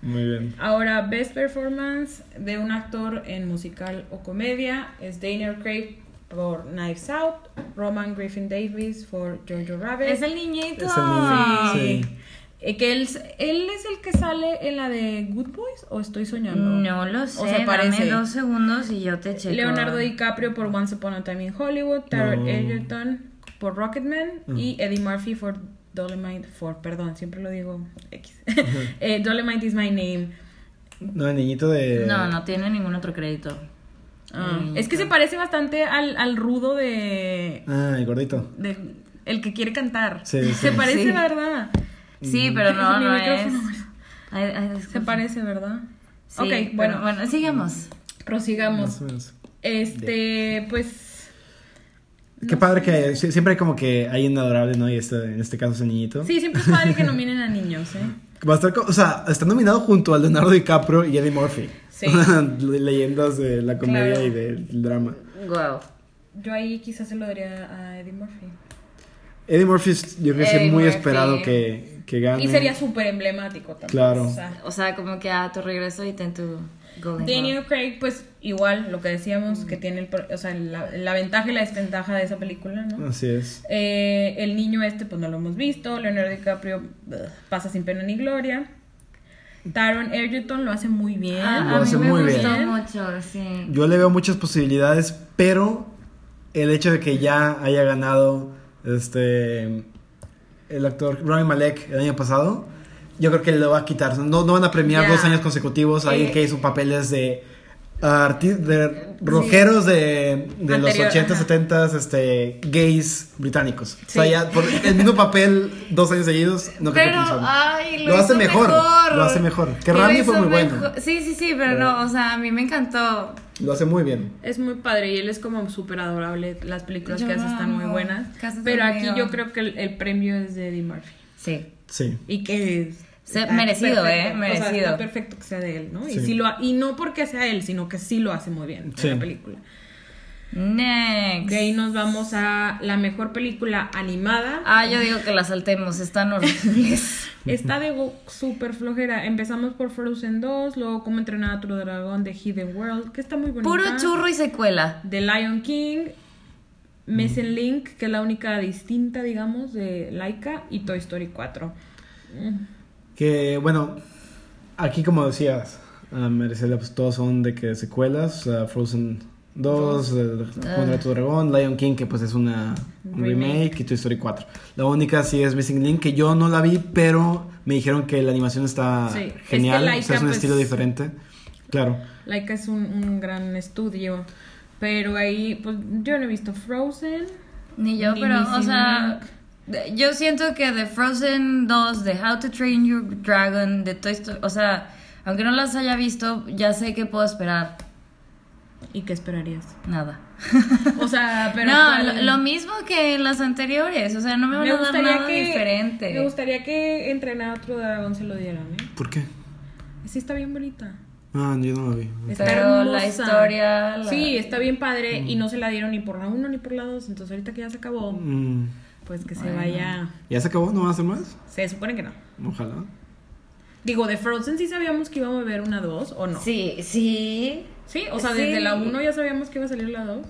Speaker 7: Muy bien.
Speaker 5: Ahora, Best Performance de un actor en musical o comedia es Daniel Craig por Knives Out, Roman Griffin Davis por Jojo Rabbit.
Speaker 6: Es el niñito.
Speaker 7: Es el niño,
Speaker 5: Sí.
Speaker 7: sí.
Speaker 5: Eh, que él, él es el que sale en la de Good Boys o estoy soñando?
Speaker 6: No lo sé.
Speaker 5: O sea,
Speaker 6: Dame
Speaker 5: parece.
Speaker 6: dos segundos y yo te checo.
Speaker 5: Leonardo DiCaprio por Once Upon a Time in Hollywood, Taron
Speaker 7: No.
Speaker 5: Egerton por Rocketman y Eddie Murphy por Dolemite for, perdón, siempre lo digo X. Eh, Dolemite is my name.
Speaker 7: No, el niñito de.
Speaker 6: No, no tiene ningún otro crédito.
Speaker 5: Ah,
Speaker 6: Mm,
Speaker 5: es que se parece bastante al, al rudo de,
Speaker 7: Ah, el gordito.
Speaker 5: de- el que quiere cantar.
Speaker 7: Sí, sí.
Speaker 5: Se parece,
Speaker 6: Sí.
Speaker 5: ¿verdad?
Speaker 6: Sí, pero no,
Speaker 5: Mi
Speaker 6: no es.
Speaker 5: micrófono.
Speaker 6: Ay, ay, disculpa.
Speaker 5: Se parece, ¿verdad?
Speaker 6: Sí,
Speaker 5: ok,
Speaker 6: pero
Speaker 5: bueno,
Speaker 6: bueno, sigamos.
Speaker 5: prosigamos.
Speaker 7: Más o menos.
Speaker 5: Este, pues
Speaker 7: Qué padre que sí, siempre hay como que hay un adorable, ¿no? Y este, en este caso es el niñito.
Speaker 5: sí, siempre es padre que nominen a niños, ¿eh?
Speaker 7: Va a estar, co- o sea, está nominado junto a Leonardo DiCaprio y Eddie Murphy.
Speaker 5: Sí.
Speaker 7: Le- Leyendas de la comedia
Speaker 5: Claro.
Speaker 7: y del drama.
Speaker 6: Wow.
Speaker 5: Yo ahí quizás se lo daría a Eddie Murphy.
Speaker 7: Eddie Murphy, es- yo creo que sí,
Speaker 6: Eddie
Speaker 7: muy
Speaker 6: Murphy.
Speaker 7: esperado que, que gane.
Speaker 5: Y sería súper emblemático también.
Speaker 7: Claro.
Speaker 5: o sea.
Speaker 6: O sea, como que a tu regreso y ten tu Golden
Speaker 5: Daniel
Speaker 6: Globe.
Speaker 5: Craig, pues igual, lo que decíamos,
Speaker 7: Mm.
Speaker 5: que tiene el, pro- o sea, la, la ventaja y la desventaja de esa película, ¿no?
Speaker 7: Así es.
Speaker 5: Eh, el niño este, pues no lo hemos visto. Leonardo DiCaprio ugh, pasa sin pena ni gloria. Taron Egerton lo hace muy bien.
Speaker 6: Ah,
Speaker 7: Lo
Speaker 6: a mí
Speaker 7: hace
Speaker 6: me
Speaker 7: muy
Speaker 6: gustó
Speaker 5: bien.
Speaker 6: mucho, sí.
Speaker 7: Yo le veo muchas posibilidades, pero el hecho de que ya haya ganado este el actor Rami Malek el año pasado, yo creo que lo va a quitar. No, no van a premiar
Speaker 6: Ya.
Speaker 7: dos años consecutivos a alguien
Speaker 6: Eh.
Speaker 7: que hizo papeles de arti- de rojeros de, de los
Speaker 5: Anterior,
Speaker 7: 80,
Speaker 5: ajá.
Speaker 7: 70, este, gays británicos. O sea,
Speaker 5: Sí.
Speaker 7: ya por el mismo papel dos años seguidos, no creo que
Speaker 6: Pero,
Speaker 7: funcione.
Speaker 6: ay, lo,
Speaker 7: Lo hace
Speaker 6: hizo
Speaker 7: mejor, lo hace mejor. Que
Speaker 6: Lo
Speaker 7: Rami fue
Speaker 6: hizo
Speaker 7: muy bueno.
Speaker 6: mejor. Sí, sí, sí, pero no, o sea, a mí me encantó.
Speaker 7: Lo hace muy bien.
Speaker 5: Es muy padre y él es como súper adorable. Las películas
Speaker 6: Yo
Speaker 5: que hace
Speaker 6: lo
Speaker 5: están muy
Speaker 6: amo.
Speaker 5: buenas.
Speaker 6: Cásate
Speaker 5: Pero aquí
Speaker 6: conmigo.
Speaker 5: yo creo que el, el premio es de Eddie Murphy.
Speaker 6: Sí.
Speaker 7: Sí.
Speaker 5: Y que es-
Speaker 6: Se-
Speaker 5: está
Speaker 6: merecido,
Speaker 5: perfecto,
Speaker 6: ¿eh?
Speaker 5: O sea,
Speaker 6: Merecido.
Speaker 5: está perfecto que sea de él, ¿no?
Speaker 7: Sí.
Speaker 5: Y, sí lo, ha- y no porque sea él, sino que sí lo hace muy bien
Speaker 7: Sí.
Speaker 5: en la película.
Speaker 6: Next.
Speaker 5: De ahí nos vamos a la mejor película animada.
Speaker 6: Ah, yo digo que la saltemos, están horribles.
Speaker 5: Está de go- súper flojera. Empezamos por Frozen 2, luego Cómo entrenar a tu dragón de Hidden World, que está muy bonita.
Speaker 6: Puro churro y secuela.
Speaker 5: The Lion King, Missing Link, que es la única distinta, digamos, de Laika, y Toy Story 4.
Speaker 7: Que bueno, aquí como decías, a Maricela, pues todos son de que secuelas, o sea, Frozen 2, el
Speaker 5: Ah.
Speaker 7: Contra tu Dragón, Lion King, que pues es una un remake. y Toy Story 4. La única sí es Missing Link, que yo no la vi, pero me dijeron que la animación está
Speaker 5: Sí, es que
Speaker 7: genial, o sea,
Speaker 5: Laika,
Speaker 7: es un
Speaker 5: pues-
Speaker 7: estilo diferente. Claro.
Speaker 5: Laika es un, un gran estudio. Pero ahí, pues yo no he visto Frozen.
Speaker 6: Ni yo,
Speaker 5: Ni
Speaker 6: pero, o
Speaker 5: Missy
Speaker 6: sea, de- yo siento que de Frozen 2, de How to Train Your Dragon, de Toy Story, o sea, aunque no las haya visto, ya sé que puedo esperar
Speaker 5: ¿Y qué esperarías?
Speaker 6: nada.
Speaker 5: O sea, pero.
Speaker 6: no,
Speaker 5: ¿cuál?
Speaker 6: lo, lo mismo que las anteriores, o sea, no me van
Speaker 5: Me
Speaker 6: a dar
Speaker 5: gustaría
Speaker 6: nada
Speaker 5: que-
Speaker 6: diferente.
Speaker 5: Me gustaría que entrenar a otro dragón se lo dieran, ¿eh?
Speaker 7: ¿Por qué?
Speaker 5: Sí, está bien bonita.
Speaker 7: Ah, yo no la vi.
Speaker 5: Está
Speaker 6: Pero la
Speaker 5: hermosa.
Speaker 6: historia, la- Mm.
Speaker 5: Sí, está bien padre y no se la dieron ni por la 1 ni por la 2. Entonces, ahorita que ya se acabó,
Speaker 7: Mm,
Speaker 5: pues que se vaya.
Speaker 7: ¿Ya se acabó? ¿No va a hacer más?
Speaker 5: Se supone que no.
Speaker 7: Ojalá.
Speaker 5: Digo, de Frozen sí sabíamos que íbamos a ver una 2 o no.
Speaker 6: Sí, sí.
Speaker 5: Sí, o sea,
Speaker 6: Sí.
Speaker 5: desde la 1 ya sabíamos que iba a salir la 2.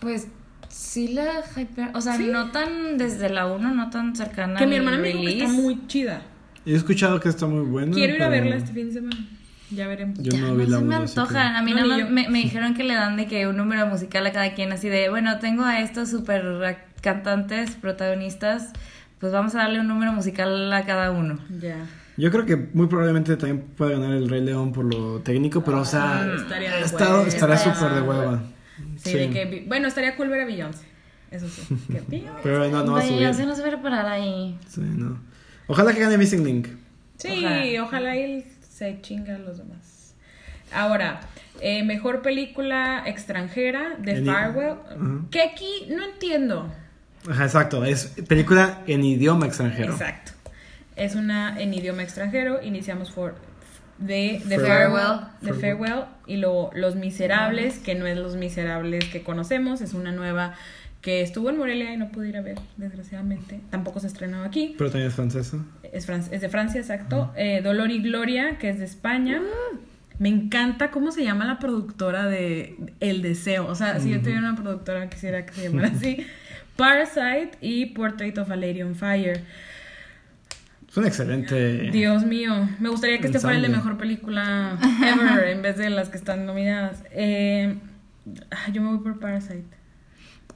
Speaker 6: Pues sí la hyper, o sea, no tan desde la 1, no tan cercana.
Speaker 5: Que mi
Speaker 6: al
Speaker 5: hermana me dijo que está
Speaker 6: release.
Speaker 5: muy chida.
Speaker 7: He escuchado que está muy buena.
Speaker 5: Quiero ir a
Speaker 7: pero
Speaker 5: verla este fin de semana. Ya veremos.
Speaker 7: Yo
Speaker 6: Ya,
Speaker 7: no
Speaker 6: no,
Speaker 7: vi la
Speaker 6: se me
Speaker 7: uno, así que-
Speaker 6: antojan. A mí
Speaker 5: No,
Speaker 6: nada
Speaker 5: ni
Speaker 6: más
Speaker 5: yo.
Speaker 6: me, me dijeron que le dan de que un número musical a cada quien, así de, bueno, tengo a estos super ac- cantantes protagonistas, pues vamos a darle un número musical a cada uno.
Speaker 5: Ya.
Speaker 7: Yo creo que muy probablemente también pueda ganar el Rey León por lo técnico, pero o sea,
Speaker 5: Ah, estaría de
Speaker 7: está-
Speaker 5: hueva.
Speaker 7: estará
Speaker 6: Estaría
Speaker 7: súper de
Speaker 6: de
Speaker 7: hueva.
Speaker 5: Sí, de que, vi- bueno, estaría cool ver a Beyoncé. Eso sí. Que Beyoncé.
Speaker 7: Pero Ah, no, no va a
Speaker 6: Güey, ya se
Speaker 7: subir.
Speaker 6: nos va a preparar ahí.
Speaker 7: Sí, no. Ojalá que gane Missing Link.
Speaker 5: Sí, ojalá él se chinga a los demás. Ahora, eh, mejor película extranjera de
Speaker 7: En-
Speaker 5: Farewell.
Speaker 7: Ajá.
Speaker 5: Que aquí no entiendo.
Speaker 7: Ajá, exacto. Es película en idioma extranjero.
Speaker 5: Exacto. Es una en idioma extranjero. Iniciamos por de, de
Speaker 6: Farewell.
Speaker 5: Farewell. De Farewell. Y luego Los Miserables, que no es Los Miserables que conocemos. Es una nueva que estuvo en Morelia y no pude ir a ver, desgraciadamente. Tampoco se estrenó aquí.
Speaker 7: Pero también es francesa.
Speaker 5: Es, fran- es de Francia, exacto. Eh, Dolor y Gloria, que es de España. Me encanta cómo se llama la productora de El Deseo. O sea, si yo tuviera una productora, quisiera que se llamara así. Parasite y Portrait of a Lady on Fire.
Speaker 7: Es un excelente.
Speaker 5: Dios mío, me gustaría que este fuera el de
Speaker 7: Ensamble.
Speaker 5: mejor película ever en vez de las que están nominadas. Eh, ah, yo me voy por Parasite.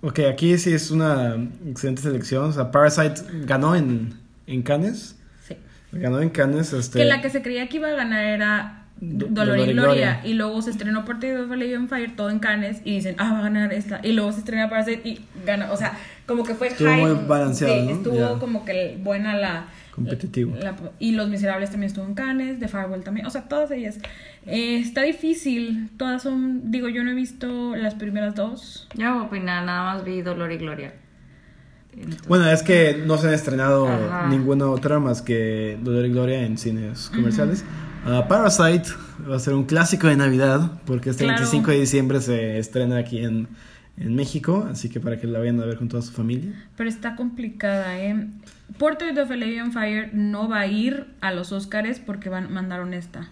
Speaker 7: Ok, aquí sí es una excelente selección. O sea, Parasite ganó en, en Cannes.
Speaker 5: Sí.
Speaker 7: Ganó en Cannes. Este,
Speaker 5: Que la que se creía que iba a ganar era
Speaker 7: Do-
Speaker 5: Dolor y Gloria. Y luego se estrenó Portrait of a Lady on Fire, todo en Cannes. Y dicen, ah, va a ganar esta. Y luego se estrena Parasite y gana. O sea, como que fue
Speaker 7: Estuvo
Speaker 5: hype.
Speaker 7: muy balanceado,
Speaker 5: Sí,
Speaker 7: ¿no?
Speaker 5: Estuvo
Speaker 7: Ya.
Speaker 5: como que buena la.
Speaker 7: Competitivo.
Speaker 5: la- y Los Miserables también estuvo en Cannes, The Firewall también, o sea, todas ellas. Eh, está difícil, todas son, digo, yo no he visto las primeras dos.
Speaker 6: Yo no voy a opinar, nada más vi Dolor y Gloria. Entonces-
Speaker 7: Bueno, es que no se han estrenado
Speaker 6: Ajá.
Speaker 7: ninguna otra más que Dolor y Gloria en cines comerciales. Ah, Parasite va a ser un clásico de Navidad porque este
Speaker 5: Claro.
Speaker 7: 25 de diciembre se estrena aquí en, en México, así que para que la vayan a ver con toda su familia.
Speaker 5: Pero está complicada, ¿eh? Portrait of a Lady on Fire no va a ir a los Oscars porque van, mandaron esta.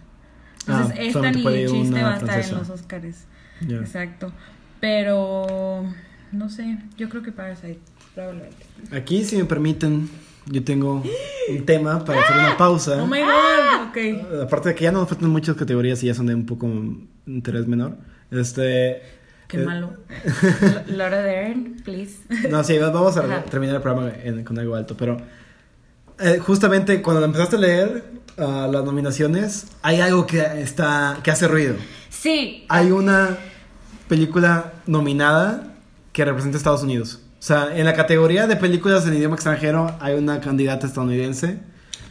Speaker 5: Entonces,
Speaker 7: Ah,
Speaker 5: esta
Speaker 7: solamente
Speaker 5: ni
Speaker 7: puede ir
Speaker 5: de chiste
Speaker 7: una
Speaker 5: va a estar en
Speaker 7: francesa.
Speaker 5: los Oscars.
Speaker 7: Ya.
Speaker 5: Exacto. Pero, no sé, yo creo que Parasite, probablemente.
Speaker 7: Aquí, si me permiten, yo tengo un tema para hacer una pausa.
Speaker 5: Oh my god, ok.
Speaker 7: Eh, Aparte de que ya no nos faltan muchas categorías y ya son de un poco interés menor. Este,
Speaker 5: Qué
Speaker 7: eh,
Speaker 5: malo.
Speaker 6: L- Laura Dern, please.
Speaker 7: No, sí, vamos a
Speaker 6: Ajá.
Speaker 7: terminar el programa en- con algo alto, pero eh, justamente cuando empezaste a leer ah, las nominaciones, hay algo que está que hace ruido.
Speaker 6: Sí.
Speaker 7: Hay una película nominada que representa a Estados Unidos. O sea, en la categoría de películas en idioma extranjero hay una candidata estadounidense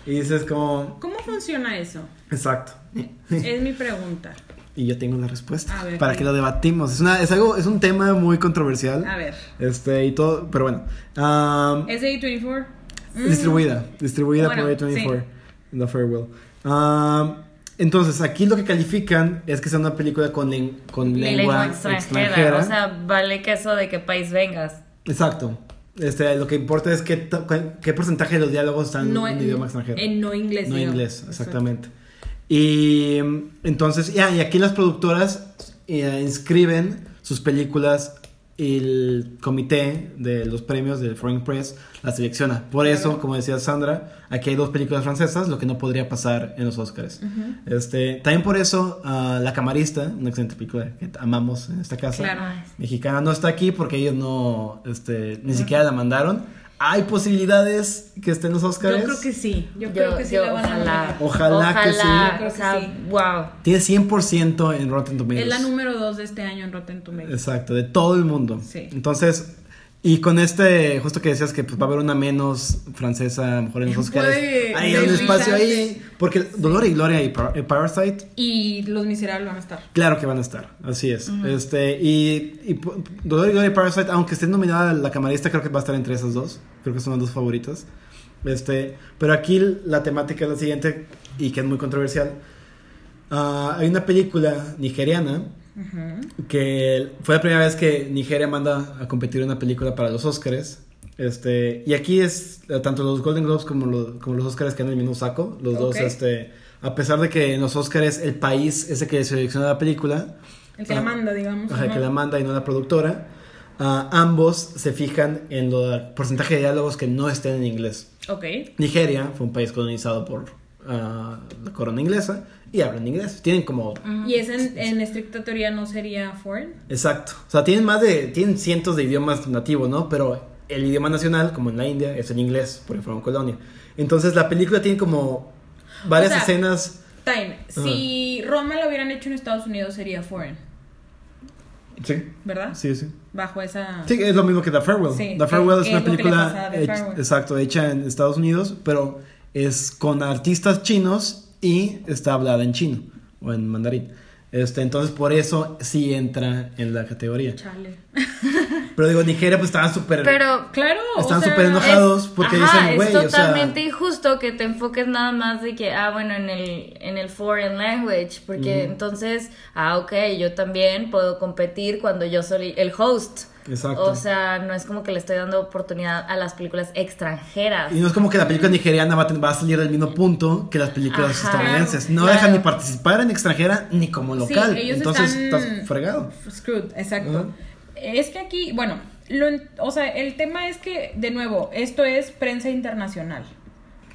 Speaker 7: y dices como,
Speaker 5: ¿Cómo funciona eso?
Speaker 7: exacto.
Speaker 5: Es mi pregunta.
Speaker 7: Y yo tengo la respuesta
Speaker 5: A ver.
Speaker 7: para que lo debatimos. Es una es algo es un tema muy controversial.
Speaker 5: A ver.
Speaker 7: Este y todo, pero bueno. Ah,
Speaker 5: ¿Es de A24? Mm.
Speaker 7: Distribuida, distribuida
Speaker 5: Bueno,
Speaker 7: por A24. La Farewell. Um, entonces, aquí lo que califican es que sea una película con, len- con
Speaker 6: Lengua,
Speaker 7: lengua,
Speaker 6: extranjera.
Speaker 7: extranjera.
Speaker 6: O sea, vale que eso de qué país vengas.
Speaker 7: Exacto. Este, lo que importa es qué, to- cuál- qué porcentaje de los diálogos están
Speaker 5: No
Speaker 7: Ah, en
Speaker 5: en-
Speaker 7: idioma extranjero.
Speaker 5: en no inglés,
Speaker 7: No
Speaker 5: digo.
Speaker 7: inglés, exactamente. Y mm, entonces, ya, y aquí las productoras eh, inscriben sus películas y el comité de los premios del Foreign Press las selecciona. Por eso, como decía Sandra, aquí hay dos películas francesas, lo que no podría pasar en los Oscars. este, también por eso, ah, La Camarista, una excelente película que amamos en esta casa,
Speaker 5: Claro.
Speaker 7: mexicana, no está aquí porque ellos no, este, ni siquiera la mandaron. Hay posibilidades que estén los Oscars.
Speaker 5: Yo creo que sí. Yo, creo que sí la van a
Speaker 6: ojalá,
Speaker 7: Oh,
Speaker 5: nominar.
Speaker 7: Ojalá que sí.
Speaker 5: Yo creo
Speaker 6: O
Speaker 5: que
Speaker 6: sea,
Speaker 5: sí.
Speaker 6: wow.
Speaker 7: Tiene 100% en Rotten Tomatoes.
Speaker 5: Es la número 2 de este año en Rotten Tomatoes.
Speaker 7: Exacto, de todo el mundo.
Speaker 5: Sí.
Speaker 7: Entonces, y con este, justo que decías que pues, va a haber una menos francesa, a lo mejor en los Oscars.
Speaker 5: Puede
Speaker 7: Hay un
Speaker 5: deslizarse.
Speaker 7: espacio ahí. Porque Dolor y Gloria y Par- y Parasite
Speaker 5: Y Los Miserables van a estar.
Speaker 7: Claro que van a estar, así es. Este, y, y po- Dolor y Gloria y Parasite, aunque esté nominada la camarista, creo que va a estar entre esas dos. Creo que son las dos favoritas. Este, pero aquí la temática es la siguiente, y que es muy controversial. Ah, hay una película nigeriana que fue la primera vez que Nigeria manda a competir una película para los Oscars. Este, y aquí es eh, tanto los Golden Globes como, lo- como los Oscars que en el mismo saco. Los dos,
Speaker 5: Ok.
Speaker 7: este, a pesar de que en los Oscars el país es el que selecciona la película,
Speaker 5: El que la
Speaker 7: Ah.
Speaker 5: manda, digamos.
Speaker 7: ajá,
Speaker 5: ¿no?
Speaker 7: que la manda y no la productora, ah, ambos se fijan en lo- el porcentaje de diálogos que no estén en inglés.
Speaker 5: Ok.
Speaker 7: Nigeria fue un país colonizado por ah, la corona inglesa y hablan inglés. Tienen como
Speaker 5: Y es en, en estricta teoría no sería foreign.
Speaker 7: Exacto. O sea, tienen más de, tienen cientos de idiomas nativos, ¿no? Pero el idioma nacional, como en la India, es el inglés, porque fueron colonia. Entonces la película tiene como Varias
Speaker 5: O sea,
Speaker 7: escenas.
Speaker 5: Time. Si Roma lo hubieran hecho en Estados Unidos sería foreign,
Speaker 7: Sí.
Speaker 5: ¿verdad?
Speaker 7: Sí, sí.
Speaker 5: Bajo esa.
Speaker 7: Sí, es lo mismo que The Farewell.
Speaker 5: Sí,
Speaker 7: The Farewell
Speaker 5: ¿qué-
Speaker 7: es
Speaker 5: qué
Speaker 7: una
Speaker 5: es lo que le pasa
Speaker 7: película
Speaker 5: a The
Speaker 7: hecha-
Speaker 5: Farewell?
Speaker 7: exacto, hecha en Estados Unidos, pero es con artistas chinos y está hablada en chino o en mandarín. Este, entonces por eso sí entra en la categoría.
Speaker 5: Chale.
Speaker 7: Pero digo, Nigeria pues estaban súper
Speaker 6: Pero
Speaker 5: Claro. o
Speaker 7: Están
Speaker 5: sea,
Speaker 7: súper enojados porque dicen, güey,
Speaker 6: es
Speaker 7: o sea,
Speaker 6: totalmente injusto que te enfoques nada más de que, ah, bueno, en el, en el foreign language, porque entonces, ah, ok, yo también puedo competir cuando yo soy el host.
Speaker 7: Exacto.
Speaker 6: O sea, no es como que le estoy dando oportunidad a las películas extranjeras.
Speaker 7: Y no es como que la película nigeriana va a, ten- va a salir del mismo punto que las películas
Speaker 6: Ajá.
Speaker 7: estadounidenses. No
Speaker 6: Claro.
Speaker 7: dejan ni participar en extranjera ni como
Speaker 5: Sí,
Speaker 7: local.
Speaker 5: ellos
Speaker 7: Entonces
Speaker 5: están-
Speaker 7: estás fregado.
Speaker 5: Screwed, exacto.
Speaker 7: Ajá.
Speaker 5: Es que aquí, bueno, lo en- o sea, el tema es que, de nuevo, esto es prensa internacional.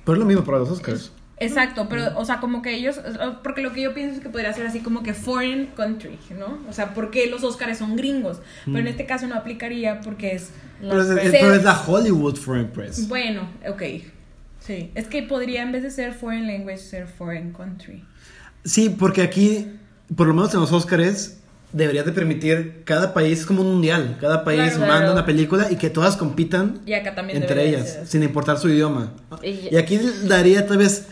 Speaker 7: Pero es lo mismo para los Oscars.
Speaker 5: Exacto, pero, o sea, como que ellos, porque lo que yo pienso es que podría ser así como que foreign country, ¿no? O sea, porque los Óscares son gringos, pero
Speaker 7: Mm.
Speaker 5: en este caso no aplicaría porque es,
Speaker 7: Pero es, es-
Speaker 5: Se-
Speaker 7: pero es la Hollywood Foreign Press.
Speaker 5: bueno, ok, sí, es que podría en vez de ser foreign language ser foreign country.
Speaker 7: Sí, porque aquí, por lo menos en los Oscars, deberías de permitir cada país es como un mundial. Cada país
Speaker 5: Claro.
Speaker 7: manda
Speaker 6: Claro.
Speaker 7: una película y que todas compitan
Speaker 5: Y acá también
Speaker 7: entre
Speaker 5: debería
Speaker 7: ellas,
Speaker 5: ser así.
Speaker 7: sin importar su idioma.
Speaker 6: Y-
Speaker 7: Y aquí daría tal vez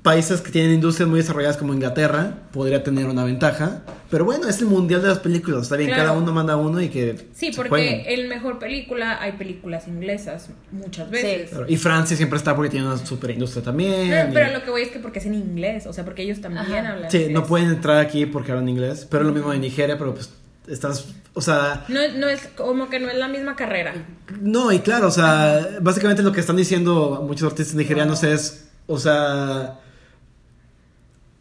Speaker 7: países que tienen industrias muy desarrolladas como Inglaterra, podría tener una ventaja. Pero bueno, es el mundial de las películas, está bien,
Speaker 5: Claro.
Speaker 7: cada uno manda uno y que...
Speaker 5: Sí,
Speaker 7: se
Speaker 5: porque
Speaker 7: jueguen.
Speaker 5: en mejor película hay películas inglesas muchas veces.
Speaker 7: Claro, Y Francia siempre está porque tiene una superindustria también.
Speaker 5: No,
Speaker 7: y-
Speaker 5: pero lo que voy es que porque es en inglés, o sea, porque ellos también
Speaker 6: Ajá.
Speaker 5: hablan.
Speaker 7: Sí,
Speaker 5: inglés.
Speaker 7: no pueden entrar aquí porque hablan inglés, pero lo mismo en Nigeria, pero pues estás, o sea,
Speaker 5: No, no es como que no es la misma carrera.
Speaker 7: no, y claro, o sea, básicamente lo que están diciendo muchos artistas nigerianos es, o sea,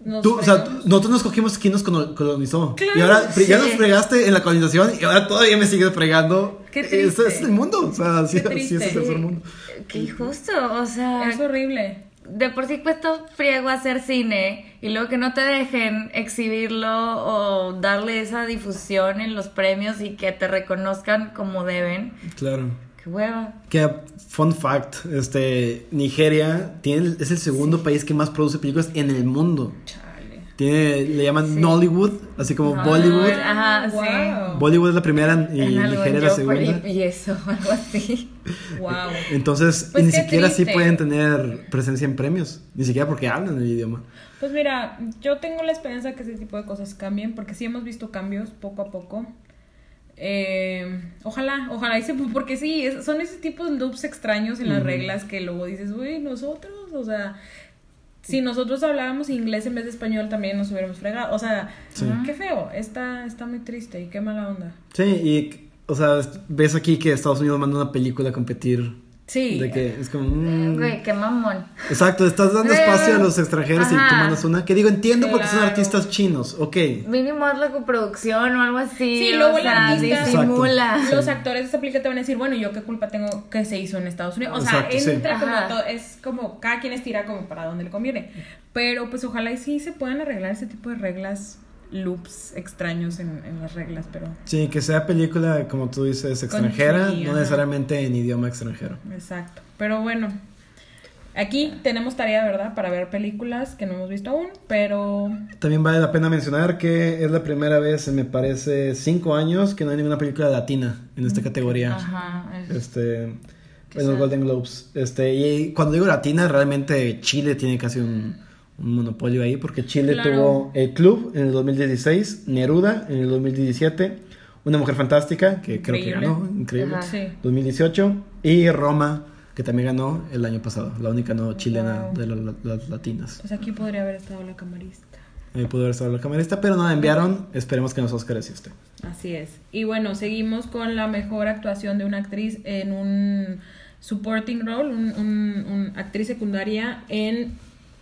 Speaker 5: Nos
Speaker 7: tú, o sea,
Speaker 5: fregamos.
Speaker 7: tú- nosotros nos cogimos quién nos cono- colonizó.
Speaker 5: Claro,
Speaker 7: y ahora fre- ya
Speaker 6: sí.
Speaker 7: nos fregaste en la colonización y ahora todavía me sigues fregando.
Speaker 5: Qué
Speaker 7: Ese
Speaker 5: triste.
Speaker 7: es el mundo, o sea, así,
Speaker 5: Qué
Speaker 7: así es el
Speaker 5: triste.
Speaker 7: tercer mundo.
Speaker 6: Qué injusto, o sea,
Speaker 5: Ah, es horrible.
Speaker 6: de por sí cuesta friego hacer cine y luego que no te dejen exhibirlo o darle esa difusión en los premios y que te reconozcan como deben.
Speaker 7: Claro.
Speaker 6: Qué hueva.
Speaker 7: Que, uh, fun fact, este, Nigeria tiene, es el segundo país que más produce películas en el mundo.
Speaker 5: Chale.
Speaker 7: Tiene, le llaman Nollywood, así como
Speaker 5: Ah.
Speaker 6: No,
Speaker 7: Bollywood.
Speaker 6: Ajá, sí.
Speaker 5: wow.
Speaker 7: Bollywood es la primera y
Speaker 6: En algo en
Speaker 7: Nigeria es la
Speaker 6: Jeopardy
Speaker 7: segunda.
Speaker 6: y eso, algo así.
Speaker 5: Wow.
Speaker 7: Entonces,
Speaker 5: Pues
Speaker 7: ni
Speaker 5: qué
Speaker 7: siquiera sí
Speaker 5: triste.
Speaker 7: pueden tener presencia en premios, ni siquiera porque hablan el idioma.
Speaker 5: Pues mira, yo tengo la esperanza que ese tipo de cosas cambien, porque sí hemos visto cambios poco a poco. Eh, ojalá, ojalá, y se- porque sí, es- son ese tipo de loops extraños en las reglas que luego dices, uy, nosotros, o sea, si nosotros habláramos inglés en vez de español también nos hubiéramos fregado, o sea,
Speaker 7: Sí.
Speaker 5: qué feo, está, está muy triste y qué mala onda.
Speaker 7: Sí, y, o sea, ves aquí que Estados Unidos manda una película a competir.
Speaker 5: Sí,
Speaker 7: De que es como. mm,
Speaker 6: Güey, qué mamón.
Speaker 7: Exacto, estás dando
Speaker 6: Güey.
Speaker 7: espacio a los extranjeros y tú
Speaker 6: Ajá.
Speaker 7: mandas una. Que digo, entiendo porque son
Speaker 5: Claro.
Speaker 7: artistas chinos, ok.
Speaker 6: Mínimo haz la coproducción o algo así.
Speaker 5: Sí, luego
Speaker 6: o
Speaker 5: el
Speaker 6: sea,
Speaker 5: artista-
Speaker 6: disimula.
Speaker 7: Exacto.
Speaker 5: los
Speaker 7: Sí.
Speaker 5: actores de esa película te van a decir, bueno, ¿y yo qué culpa tengo que se hizo en Estados Unidos? O sea,
Speaker 7: Exacto, sí.
Speaker 5: entra como
Speaker 6: Ajá.
Speaker 5: todo, es como cada quien estira como para donde le conviene. Pero pues ojalá y sí se puedan arreglar ese tipo de reglas, loops extraños en, en las reglas, pero...
Speaker 7: Sí, que sea película, como tú dices, extranjera,
Speaker 5: sí,
Speaker 7: no
Speaker 5: ajá.
Speaker 7: necesariamente en idioma extranjero.
Speaker 5: Exacto. Pero bueno, aquí tenemos tarea, ¿verdad? Para ver películas que no hemos visto aún, pero...
Speaker 7: También vale la pena mencionar que es la primera vez, en, me parece, cinco años que no hay ninguna película latina en
Speaker 5: Mm,
Speaker 7: esta categoría.
Speaker 6: Ajá. es-
Speaker 7: Este, en
Speaker 6: Qué
Speaker 7: los
Speaker 6: sad.
Speaker 7: Golden Globes. Este, y cuando digo latina, realmente Chile tiene casi un, un monopolio ahí, porque Chile
Speaker 5: Claro.
Speaker 7: tuvo El Club en el 2016, Neruda en el 2017, Una Mujer Fantástica, que creo
Speaker 5: Increíble.
Speaker 7: que ganó, increíble,
Speaker 6: Ajá.
Speaker 5: Sí.
Speaker 7: 2018, y Roma, que también ganó el año pasado, la única no chilena
Speaker 5: Wow.
Speaker 7: de la- la- las latinas.
Speaker 5: Pues aquí podría haber estado la camarista.
Speaker 7: Eh, pudo haber estado la camarista, pero no la enviaron, esperemos que en los Oscars sí esté.
Speaker 5: Así es. Y bueno, seguimos con la mejor actuación de una actriz en un supporting role, un, un- un actriz secundaria en,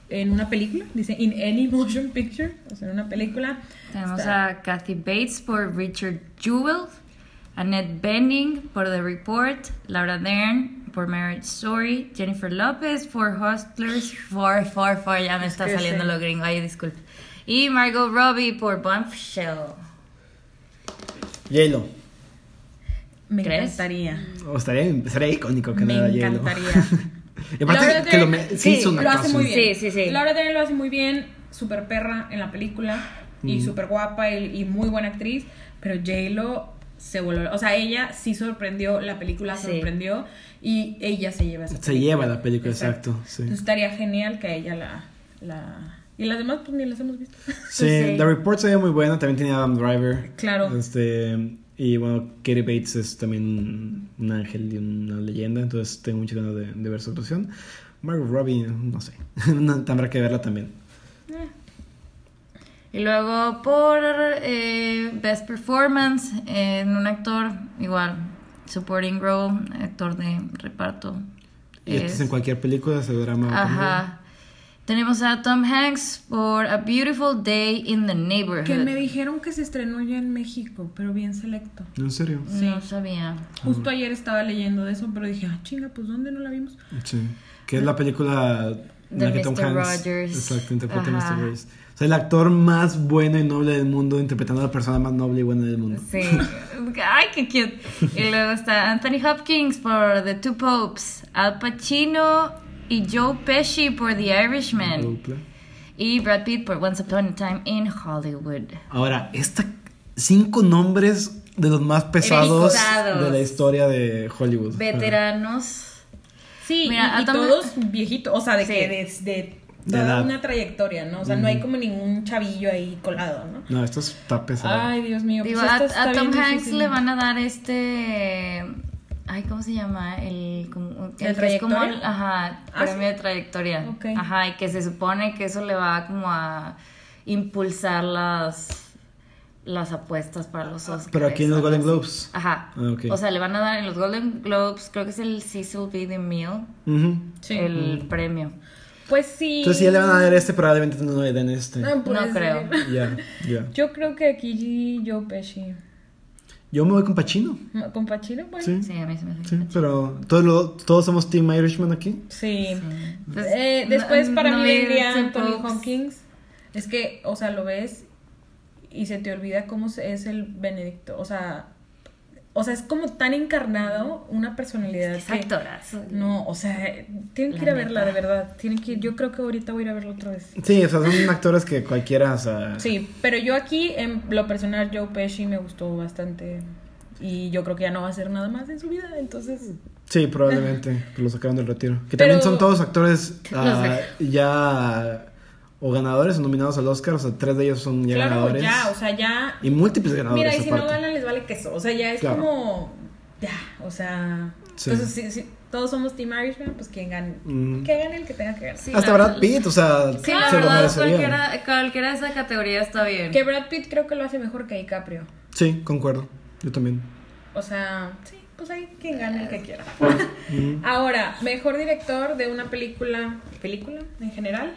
Speaker 5: en una película, dice in any motion picture, o sea, en una película.
Speaker 6: Tenemos
Speaker 5: Está-
Speaker 6: a Kathy Bates por Richard Jewell, Annette Bening por The Report, Laura Dern por Marriage Story, Jennifer Lopez por Hustlers, for, for, for, ya me está
Speaker 5: que
Speaker 6: saliendo
Speaker 5: sí.
Speaker 6: lo gringo, ay, disculpe. Y Margot Robbie por Bombshell.
Speaker 7: Yalo.
Speaker 5: Me
Speaker 6: ¿Crees?
Speaker 5: encantaría.
Speaker 7: O estaría, estaría icónico que
Speaker 5: Me
Speaker 7: no era Yalo.
Speaker 5: encantaría.
Speaker 7: Y aparte
Speaker 5: Laura
Speaker 7: que lo,
Speaker 5: Dern,
Speaker 7: me- sí, hizo una
Speaker 5: lo hace
Speaker 7: actuación.
Speaker 5: muy bien.
Speaker 6: Sí, sí, sí.
Speaker 5: Laura Dern lo hace muy bien, súper perra en la película
Speaker 7: Mm.
Speaker 5: y súper guapa y, y muy buena actriz, pero J-Lo se volvió, o sea, ella sí sorprendió, la película
Speaker 6: Sí.
Speaker 5: sorprendió y ella se lleva esa
Speaker 7: Se lleva la película, exacto, sí.
Speaker 5: Entonces, estaría genial que ella la, la... Y las demás pues ni las hemos visto.
Speaker 7: Sí,
Speaker 6: Sí.
Speaker 7: The Report se ve muy buena, también tiene Adam Driver.
Speaker 5: Claro.
Speaker 7: Este, y bueno, Katie Bates es también un ángel y una leyenda, entonces tengo muchas ganas de, de ver su actuación. Margot Robbie, no sé, no, tendrá que verla también.
Speaker 6: Y luego por eh, Best Performance en un actor, igual, Supporting Role, actor de reparto.
Speaker 7: Y este esto
Speaker 6: Es-
Speaker 7: es en cualquier película, se drama. o comedia.
Speaker 6: Ajá. Tenemos a Tom Hanks por A Beautiful Day in the Neighborhood.
Speaker 5: Que me dijeron que se estrenó ya en México, pero bien selecto.
Speaker 7: ¿En serio?
Speaker 6: No sabía.
Speaker 7: Ah,
Speaker 5: Justo ayer estaba leyendo de eso, pero dije, ah, chinga, pues ¿dónde no la vimos?
Speaker 7: Sí. Que es la película en la
Speaker 6: De
Speaker 7: que Tom
Speaker 6: Mr.
Speaker 7: Hanks.
Speaker 6: Rogers.
Speaker 7: Exacto, interpreta a
Speaker 6: Ajá.
Speaker 7: Mr. Rogers. O sea, el actor más bueno y noble del mundo interpretando a la persona más noble y buena del mundo.
Speaker 6: Sí. Ay, qué cute. Y luego está Anthony Hopkins por The Two Popes, Al Pacino y Joe Pesci por The Irishman
Speaker 7: Dupla.
Speaker 6: y Brad Pitt por Once Upon a Time in Hollywood.
Speaker 7: Ahora, esta cinco nombres de los más pesados
Speaker 6: Pesados.
Speaker 7: de la historia de Hollywood.
Speaker 6: Veteranos.
Speaker 5: Sí,
Speaker 6: Mira,
Speaker 5: y, y
Speaker 6: a Tom-
Speaker 5: todos viejitos, o sea, de
Speaker 6: Sí.
Speaker 5: que desde
Speaker 7: De
Speaker 5: toda
Speaker 7: edad.
Speaker 5: una trayectoria, ¿no? O sea, no hay como ningún chavillo ahí colado, ¿no?
Speaker 7: No, esto está pesado.
Speaker 5: Ay, Dios mío.
Speaker 6: Digo,
Speaker 5: pues
Speaker 6: a,
Speaker 5: esto está
Speaker 6: a Tom
Speaker 5: bien
Speaker 6: Hanks
Speaker 5: difícil.
Speaker 6: le van a dar este. Ay, ¿cómo se llama? El, como,
Speaker 5: ¿La
Speaker 6: el que es como
Speaker 5: trayectoria?
Speaker 6: ajá,
Speaker 5: Ah,
Speaker 6: premio de
Speaker 5: sí.
Speaker 6: trayectoria.
Speaker 5: Ok.
Speaker 6: Ajá, y que se supone que eso le va como a impulsar las las apuestas para los Oscars.
Speaker 7: Pero aquí en los
Speaker 6: o
Speaker 7: Golden
Speaker 6: algo así.
Speaker 7: Globes.
Speaker 6: Ajá.
Speaker 7: Ah, ok.
Speaker 6: O sea, le van a dar en los Golden Globes, creo que es el Cecil B. DeMille,
Speaker 7: Ujú.
Speaker 5: Sí.
Speaker 6: el
Speaker 7: Mm.
Speaker 6: premio.
Speaker 5: Pues sí.
Speaker 7: Entonces, si ya le van a dar este, probablemente no le den este.
Speaker 5: No, pues,
Speaker 6: No creo.
Speaker 7: Ya, ya.
Speaker 5: Yo creo que aquí Joe Pesci.
Speaker 7: Yo me voy con Pacino.
Speaker 5: ¿Con Pachino? Bueno.
Speaker 7: Sí.
Speaker 6: Sí, a mí se me hace
Speaker 7: Sí, pero todos, lo- todos somos Team Irishman aquí.
Speaker 5: Sí.
Speaker 6: Pues,
Speaker 5: Eh,
Speaker 6: no-
Speaker 5: después para
Speaker 6: no
Speaker 5: mí
Speaker 6: vi
Speaker 5: vendría
Speaker 6: Tim
Speaker 5: Anthony
Speaker 6: Pope's.
Speaker 5: Hopkins. Es que, o sea, lo ves y se te olvida cómo se- es el Benedicto. O sea, o sea, es como tan encarnado una personalidad.
Speaker 6: Es
Speaker 5: que-
Speaker 6: actorazo.
Speaker 5: No, o sea, tienen
Speaker 6: La
Speaker 5: que ir a verla,
Speaker 6: neta.
Speaker 5: de verdad. Tienen que ir. Yo creo que ahorita voy a ir a verla otra vez.
Speaker 7: Sí, o sea, son actores que cualquiera, o sea.
Speaker 5: Sí, pero yo aquí, en lo personal, Joe Pesci me gustó bastante. Y yo creo que ya no va a hacer nada más en su vida, entonces...
Speaker 7: Sí, probablemente. que Lo sacaron del retiro. Que
Speaker 5: Pero-
Speaker 7: también son todos actores ah,
Speaker 6: Los
Speaker 7: ya o ganadores o nominados al Oscar. O sea, tres de ellos son ya
Speaker 5: claro,
Speaker 7: ganadores.
Speaker 5: ya, o sea, ya...
Speaker 7: Y múltiples ganadores.
Speaker 5: Mira, y si no
Speaker 7: aparte.
Speaker 5: ganan, les vale queso. O sea, ya es
Speaker 7: Claro.
Speaker 5: como... Ya, o sea...
Speaker 7: Sí.
Speaker 5: Entonces, si, si todos somos Team Irishman, pues quien gane.
Speaker 7: Mm.
Speaker 5: Que gane el que tenga que ganar.
Speaker 6: Sí,
Speaker 7: Hasta
Speaker 6: la-
Speaker 7: Brad Pitt, o sea,
Speaker 6: Sí, la
Speaker 7: se lo
Speaker 6: verdad,
Speaker 7: merecería.
Speaker 6: cualquiera, cualquiera de esa categoría está bien.
Speaker 5: Que Brad Pitt creo que lo hace mejor que DiCaprio.
Speaker 7: Sí, concuerdo. Yo también.
Speaker 5: O sea, sí, pues ahí quien gane el que quiera.
Speaker 7: Pues, mm.
Speaker 5: Ahora, mejor director de una película... ¿Película en general?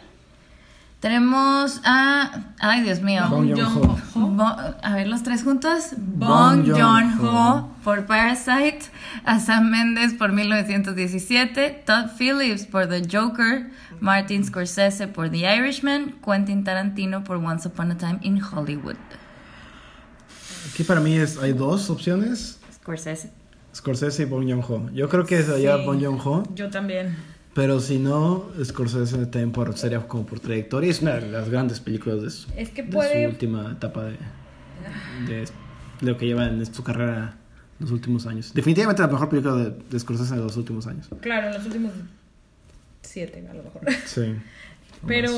Speaker 6: Tenemos a. Ay, Dios mío.
Speaker 7: Bong Joon-ho.
Speaker 6: Bo- a ver, los tres juntos.
Speaker 7: Bong
Speaker 6: Bong
Speaker 7: Joon-ho.
Speaker 6: Joon-ho por Parasite, a Sam Mendes por 1917, Todd Phillips por The Joker, Martin Scorsese por The Irishman, Quentin Tarantino por Once Upon a Time in Hollywood.
Speaker 7: Aquí para mí es, hay dos opciones:
Speaker 6: Scorsese.
Speaker 7: Scorsese y Bong Joon-ho. Yo creo que se la lleva
Speaker 5: Sí.
Speaker 7: Bong Joon-ho.
Speaker 5: Yo también.
Speaker 7: Pero si no, Scorsese también por, sería como por trayectoria. Es una de las grandes películas de su,
Speaker 5: Es que
Speaker 7: de
Speaker 5: puede-
Speaker 7: su última etapa de, de, lo que lleva en su carrera los últimos años. Definitivamente la mejor película de, de Scorsese de los últimos años.
Speaker 5: Claro, en los últimos siete, a lo mejor.
Speaker 7: Sí.
Speaker 5: Pero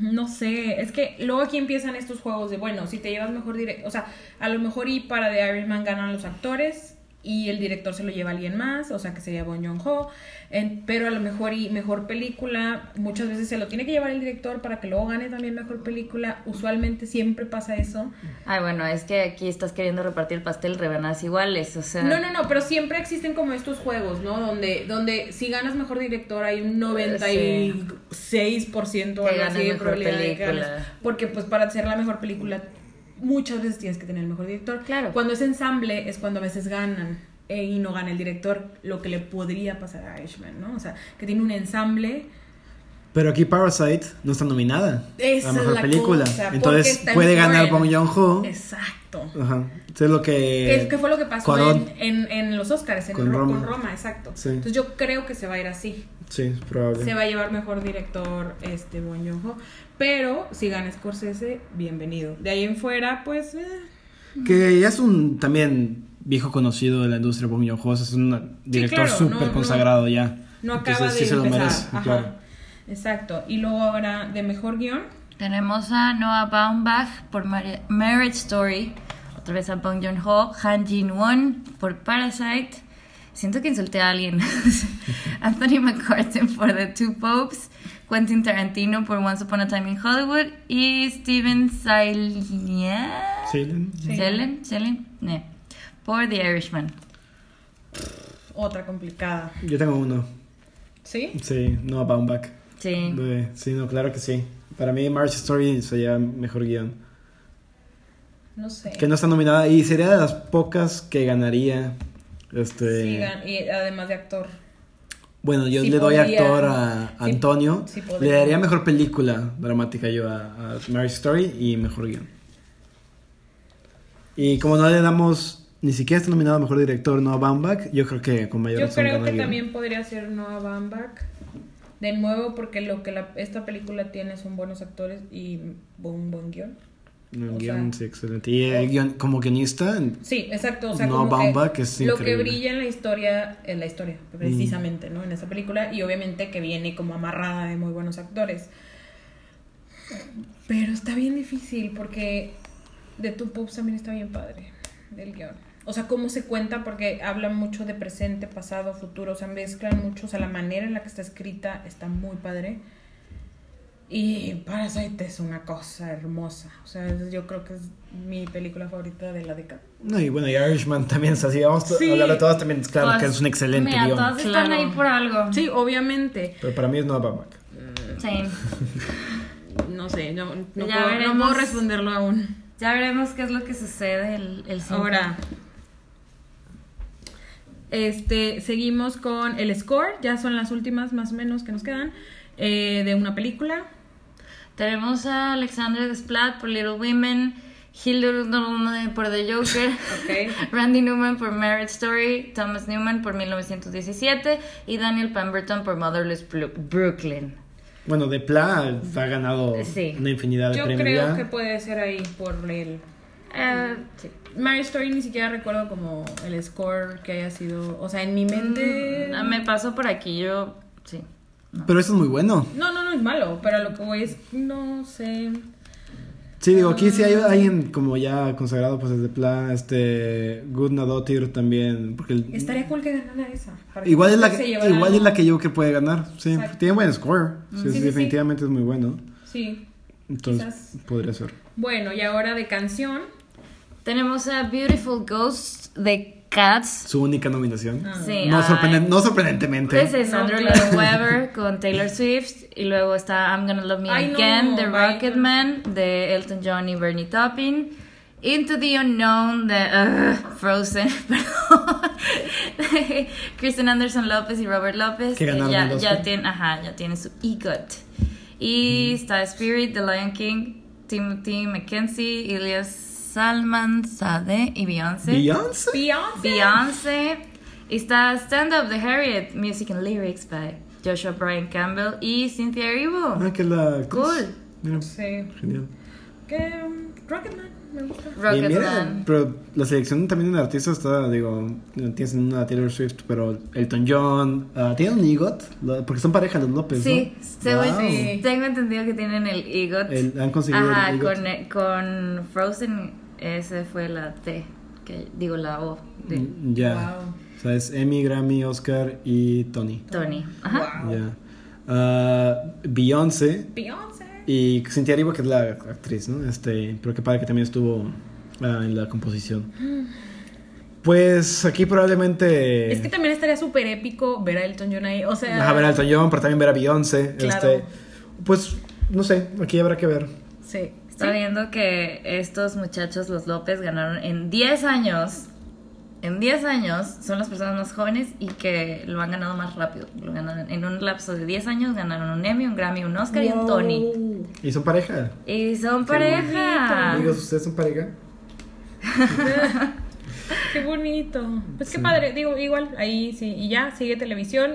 Speaker 5: no sé, es que luego aquí empiezan estos juegos de, bueno, si te llevas mejor directo, o sea, a lo mejor y para The Irishman ganan los actores y el director se lo lleva a alguien más, o sea, que sería Bon Joon-ho, en- pero a lo mejor y mejor película, muchas veces se lo tiene que llevar el director para que luego gane también mejor película, usualmente siempre pasa eso.
Speaker 6: Ay, bueno, es que aquí estás queriendo repartir pastel rebanadas iguales, o sea.
Speaker 5: No, no, no, pero siempre existen como estos juegos, ¿no? Donde, donde si ganas mejor director hay un 96% o
Speaker 6: Que
Speaker 5: algo así
Speaker 6: ganes
Speaker 5: de
Speaker 6: mejor
Speaker 5: probabilidad de que
Speaker 6: película.
Speaker 5: ganes. Porque pues para hacer la mejor película muchas veces tienes que tener el mejor director.
Speaker 6: Claro.
Speaker 5: Cuando es ensamble es cuando a veces ganan eh, y no gana el director, lo que le podría pasar a Irishman, ¿no? O sea, que tiene un ensamble
Speaker 7: Pero aquí Parasite no está nominada
Speaker 5: Esa
Speaker 7: a
Speaker 5: es
Speaker 7: mejor
Speaker 5: la
Speaker 7: película.
Speaker 5: cosa, porque
Speaker 7: Entonces
Speaker 5: está en
Speaker 7: puede ganar Bong
Speaker 5: foreign.
Speaker 7: Joon-ho.
Speaker 5: Exacto.
Speaker 7: Ajá. Eso es lo que.
Speaker 5: ¿Qué, qué fue lo que pasó
Speaker 7: Eh, Cuarón.
Speaker 5: en, en- en los Oscars? En
Speaker 7: Con
Speaker 5: Ro-
Speaker 7: Roma.
Speaker 5: con Roma, exacto.
Speaker 7: Sí.
Speaker 5: Entonces yo creo que se va a ir así.
Speaker 7: Sí, es probable.
Speaker 5: Se va a llevar mejor director este Boñojo. Pero si gana Scorsese, bienvenido. De ahí en fuera, pues. eh,
Speaker 7: Que ya es un también viejo conocido de la industria Bong Joon-ho. Es un director
Speaker 5: claro,
Speaker 7: súper
Speaker 5: no, no.
Speaker 7: consagrado ya.
Speaker 5: no acaba
Speaker 7: Entonces,
Speaker 5: de
Speaker 7: sí se lo
Speaker 5: empezar.
Speaker 7: merece,
Speaker 5: Ajá.
Speaker 7: claro.
Speaker 5: Exacto. Y luego ahora de mejor guión.
Speaker 6: Tenemos a Noah Baumbach por Mari- Marriage Story, otra vez a Bong Joon-ho, Han Jin-won por Parasite. Siento que insulté a alguien. Anthony McCartan por The Two Popes, Quentin Tarantino por Once Upon a Time in Hollywood y Steven Seilhan
Speaker 7: Sí.
Speaker 6: Seilhan? Seilhan? Ne. por The Irishman.
Speaker 5: Otra complicada.
Speaker 7: Yo tengo uno.
Speaker 5: ¿Sí?
Speaker 7: Sí, no, Baumbach.
Speaker 6: Sí.
Speaker 7: Bebé. Sí, no, claro que sí. Para mí, March Story se lleva mejor guión.
Speaker 5: No sé.
Speaker 7: Que no está nominada y sería de las pocas que ganaría. Este.
Speaker 5: Sí, gan- y además de actor.
Speaker 7: Bueno, yo
Speaker 5: Sí
Speaker 7: le doy
Speaker 5: podría.
Speaker 7: actor a
Speaker 5: Sí,
Speaker 7: Antonio.
Speaker 5: sí podría.
Speaker 7: le daría mejor película dramática yo a, a Marriage Story y mejor guión. Y como no le damos, ni siquiera está nominado a mejor director, no a Baumbach, yo creo que con mayor
Speaker 5: Yo
Speaker 7: razón
Speaker 5: creo
Speaker 7: gana
Speaker 5: que
Speaker 7: guión.
Speaker 5: también podría ser Noah Baumbach. De nuevo, porque lo que la- esta película tiene son buenos actores y un buen guión.
Speaker 7: No,
Speaker 5: o
Speaker 7: guión,
Speaker 5: sea-
Speaker 7: sí, excelente. Y el guión, como guionista,
Speaker 5: Sí, exacto. O sea,
Speaker 7: Noah
Speaker 5: como que
Speaker 7: Baumbach es
Speaker 5: lo que
Speaker 7: increíble. Mm.
Speaker 5: brilla en la historia, en la historia, precisamente, ¿no? En esta película, y obviamente que viene como amarrada de muy buenos actores. Pero está bien difícil porque de tu Pops también está bien padre, del guión. O sea, cómo se cuenta, porque habla mucho de presente, pasado, futuro, o sea, mezclan mucho, o sea, la manera en la que está escrita está muy padre. Y Parasite es una cosa hermosa, o sea, es- yo creo que es mi película favorita de la década.
Speaker 7: no, y bueno, y Irishman también es así. Vamos
Speaker 5: Sí.
Speaker 7: a hablar de todas también, claro
Speaker 6: Todas-
Speaker 7: que es un excelente
Speaker 6: Mira,
Speaker 7: guión.
Speaker 6: todas están
Speaker 5: Claro.
Speaker 6: ahí por algo.
Speaker 5: Sí, obviamente.
Speaker 7: Pero para mí es Noah Baumbach.
Speaker 6: Sí.
Speaker 5: No sé, no, no
Speaker 6: Ya
Speaker 5: puedo, no
Speaker 6: veremos.
Speaker 5: puedo responderlo aún.
Speaker 6: Ya veremos qué es lo que sucede el, el cinco.
Speaker 5: Ahora, este, seguimos con el score. Ya son las últimas más o menos que nos quedan eh, de una película.
Speaker 6: Tenemos a Alexander Desplat por Little Women, Hildur Norman por The Joker,
Speaker 5: Ok.
Speaker 6: Randy Newman por Marriage Story, Thomas Newman por 1917 y Daniel Pemberton por Motherless Bru- Brooklyn.
Speaker 7: Bueno, de Pla ha ganado
Speaker 6: Sí.
Speaker 7: una infinidad de
Speaker 5: Yo
Speaker 7: premios.
Speaker 5: creo
Speaker 7: ya.
Speaker 5: que puede ser ahí por el...
Speaker 6: Eh, sí.
Speaker 5: Mary Story ni siquiera recuerdo como el score que haya sido... O sea, en mi mente...
Speaker 6: Mm, Me pasó por aquí, yo sí.
Speaker 7: Pero eso es muy bueno.
Speaker 5: No, no, no es malo, pero a lo que voy es... No sé...
Speaker 7: Sí, digo, aquí sí hay alguien como ya consagrado, pues desde plan, este, Gudnadotir también, porque el-
Speaker 5: Estaría cool que ganara esa. para que
Speaker 7: igual, es la
Speaker 5: se
Speaker 7: que,
Speaker 5: llevara
Speaker 7: igual es
Speaker 5: algo.
Speaker 7: la que yo que puede ganar, sí,
Speaker 5: Exacto.
Speaker 7: tiene buen score, sí,
Speaker 5: Sí,
Speaker 7: sí,
Speaker 5: sí,
Speaker 7: definitivamente es muy bueno,
Speaker 5: Sí.
Speaker 7: entonces
Speaker 5: Quizás.
Speaker 7: podría ser.
Speaker 5: Bueno, y ahora de canción.
Speaker 6: Tenemos a Beautiful Ghost de Cats.
Speaker 7: Su única nominación.
Speaker 6: Sí,
Speaker 7: no,
Speaker 6: ay.
Speaker 7: sorprenden- no sorprendentemente.
Speaker 6: Ese Pues es
Speaker 5: No,
Speaker 6: Andrew
Speaker 5: claro.
Speaker 6: Lloyd Webber con Taylor Swift y luego está I'm Gonna Love Me
Speaker 5: Ay, no,
Speaker 6: Again de
Speaker 5: bye.
Speaker 6: Rocketman de Elton John y Bernie Taupin Into the Unknown de ugh, Frozen perdón de Kristen Anderson López y Robert López
Speaker 7: Que ganaron
Speaker 6: ya,
Speaker 7: el Oscar.
Speaker 6: ya tiene ajá ya tiene su EGOT
Speaker 7: Mm.
Speaker 6: y está Spirit The Lion King Timothy McKenzie Ilias Salman Sadeh y
Speaker 7: Beyoncé.
Speaker 5: Beyoncé.
Speaker 6: Beyoncé. Está Stand Up de Harriet, Music and Lyrics by Joshua Brian Campbell y Cynthia Erivo.
Speaker 7: Ah, que es la...
Speaker 6: Cool.
Speaker 7: Mira,
Speaker 5: Sí.
Speaker 7: genial.
Speaker 5: Que um, Rocketman me gusta.
Speaker 7: Y mira,
Speaker 6: Rocketman.
Speaker 7: pero la selección también de artistas está, digo, tienes una Taylor Swift, pero Elton John, ah, ¿tienen un EGOT? La- Porque son pareja los López,
Speaker 6: Sí,
Speaker 7: ¿no?
Speaker 6: según-
Speaker 7: Wow.
Speaker 5: Sí.
Speaker 6: tengo entendido que tienen el EGOT.
Speaker 7: El- han conseguido
Speaker 6: Ajá,
Speaker 7: el EGOT.
Speaker 6: con, eh, con Frozen, ese fue la T, que, digo la O de
Speaker 7: Mm, Ya.
Speaker 5: Wow.
Speaker 7: O sea, es Emmy, Grammy, Oscar y Tony.
Speaker 6: Tony. Ajá.
Speaker 7: Ya. Ah, Beyoncé
Speaker 5: Beyoncé.
Speaker 7: y Cynthia Erivo, que es la actriz, ¿no? Este, pero que padre que también estuvo ah, en la composición. Pues aquí probablemente...
Speaker 5: Mm. Es que también estaría súper épico ver a Elton John ahí. O sea,
Speaker 7: Ajá, ver a Elton John, pero también ver a Beyoncé.
Speaker 5: Claro.
Speaker 7: Este, pues, no sé, aquí habrá que ver.
Speaker 5: sí.
Speaker 6: Está viendo que estos muchachos, los López, ganaron en 10 años en 10 años son las personas más jóvenes y que lo han ganado más rápido. Lo ganan- en un lapso de 10 años ganaron un Emmy, un Grammy, un Oscar y un Tony.
Speaker 7: ¿Y son pareja?
Speaker 6: Y son pareja.
Speaker 7: Amigos, ¿ustedes son pareja?
Speaker 5: Qué bonito. Pues qué padre. Digo, igual, ahí sí. Y ya, sigue televisión.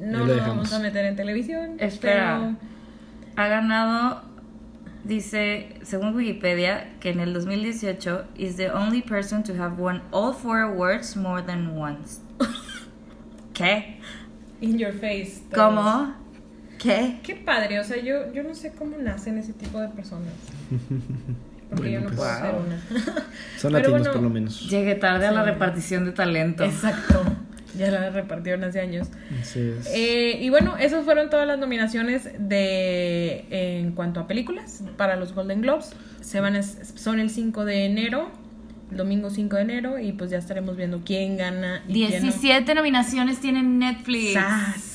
Speaker 7: Ahí la
Speaker 5: No nos
Speaker 7: dejamos.
Speaker 5: vamos a meter en televisión.
Speaker 6: Espera. Ha ganado, dice, según Wikipedia, que en el 2018 is the only person to have won all four awards more than once. ¿Qué?
Speaker 5: pero in your face. todos.
Speaker 6: ¿Cómo? ¿Qué?
Speaker 5: Qué padre. O sea, yo, yo no sé cómo nacen ese tipo de personas. Porque yo no
Speaker 7: Bueno,
Speaker 5: puedo
Speaker 7: pues,
Speaker 5: ser una.
Speaker 7: Son
Speaker 5: Pero
Speaker 7: latinos,
Speaker 5: bueno,
Speaker 7: por lo menos.
Speaker 6: Llegué tarde a la repartición de talento.
Speaker 5: Exacto. Ya la repartieron hace años.
Speaker 7: Así es.
Speaker 5: Eh, y bueno, esas fueron todas las nominaciones de en cuanto a películas para los Golden Globes. Se van es- son el 5 de enero, el domingo 5 de enero, y pues ya estaremos viendo quién gana. Y quién no.
Speaker 6: 17 nominaciones tiene Netflix.
Speaker 5: ¡Sas!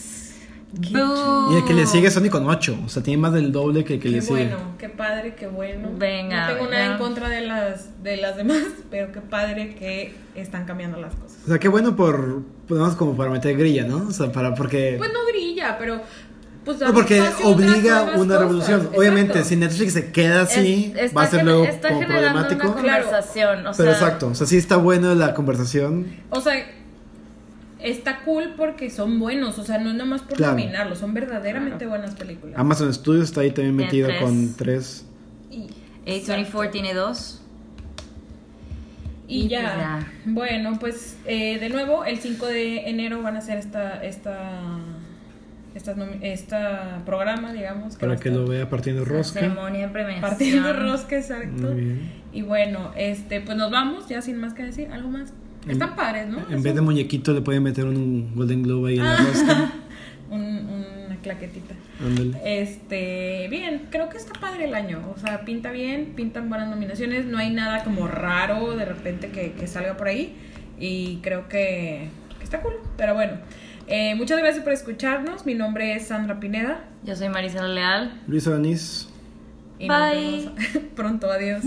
Speaker 5: Qué
Speaker 6: Boo.
Speaker 7: Y el que le sigue Sony con 8. O sea, tiene más del doble que el que
Speaker 5: Qué
Speaker 7: le sigue.
Speaker 5: bueno, qué padre, qué bueno.
Speaker 6: Venga,
Speaker 5: No tengo nada
Speaker 6: venga.
Speaker 5: en contra de las, de las demás, pero qué padre que están cambiando las cosas.
Speaker 7: O sea, qué bueno por. Podemos como para meter grilla, ¿no? O sea, para. Porque.
Speaker 5: Pues no grilla, pero pues
Speaker 7: No, porque
Speaker 5: espacio a otras
Speaker 7: obliga
Speaker 5: nuevas
Speaker 7: una
Speaker 5: cosas.
Speaker 7: revolución.
Speaker 5: Exacto.
Speaker 7: Obviamente, si Netflix se queda así,
Speaker 6: Es- está
Speaker 7: va a ser
Speaker 6: gen-
Speaker 7: luego
Speaker 6: está
Speaker 7: como
Speaker 6: generando
Speaker 7: problemático.
Speaker 6: Una conversación, o sea,
Speaker 7: Pero exacto, o sea, sí está bueno la conversación.
Speaker 5: O sea, está cool porque son buenos, o sea, no es nada más por
Speaker 7: Claro.
Speaker 5: nominarlos, son verdaderamente buenas películas.
Speaker 7: Amazon Studios está ahí también
Speaker 6: Tiene
Speaker 7: metido
Speaker 6: tres.
Speaker 7: con tres.
Speaker 5: Y,
Speaker 6: Eh, A24 tiene dos.
Speaker 5: y
Speaker 6: y
Speaker 5: ya.
Speaker 6: pues ya.
Speaker 5: Bueno, pues eh, de nuevo, el 5 de enero van a hacer esta, esta, estas nomi- esta programa, digamos.
Speaker 7: Para
Speaker 5: va a
Speaker 7: que
Speaker 5: estar
Speaker 7: lo vea partiendo rosca.
Speaker 6: Ceremonia de premiación.
Speaker 5: Partiendo rosca, exacto.
Speaker 7: Muy bien.
Speaker 5: Y bueno, este, pues nos vamos, ya sin más que decir, algo más.
Speaker 7: En-
Speaker 5: Están padres, ¿no?
Speaker 7: En
Speaker 5: Es
Speaker 7: vez de
Speaker 5: un-
Speaker 7: muñequito, le pueden meter un Golden Globe ahí en la rosca.
Speaker 5: un- una claquetita.
Speaker 7: Ándale.
Speaker 5: Este, bien, creo que está padre el año. O sea, pinta bien, pintan buenas nominaciones. No hay nada como raro de repente que, que salga por ahí. Y creo que, que está cool. Pero bueno, eh, muchas gracias por escucharnos. Mi nombre es Sandra Pineda.
Speaker 6: Yo soy Marisela Leal.
Speaker 7: Luis Oranís.
Speaker 5: Y
Speaker 6: Bye.
Speaker 5: nos vemos pronto. Adiós.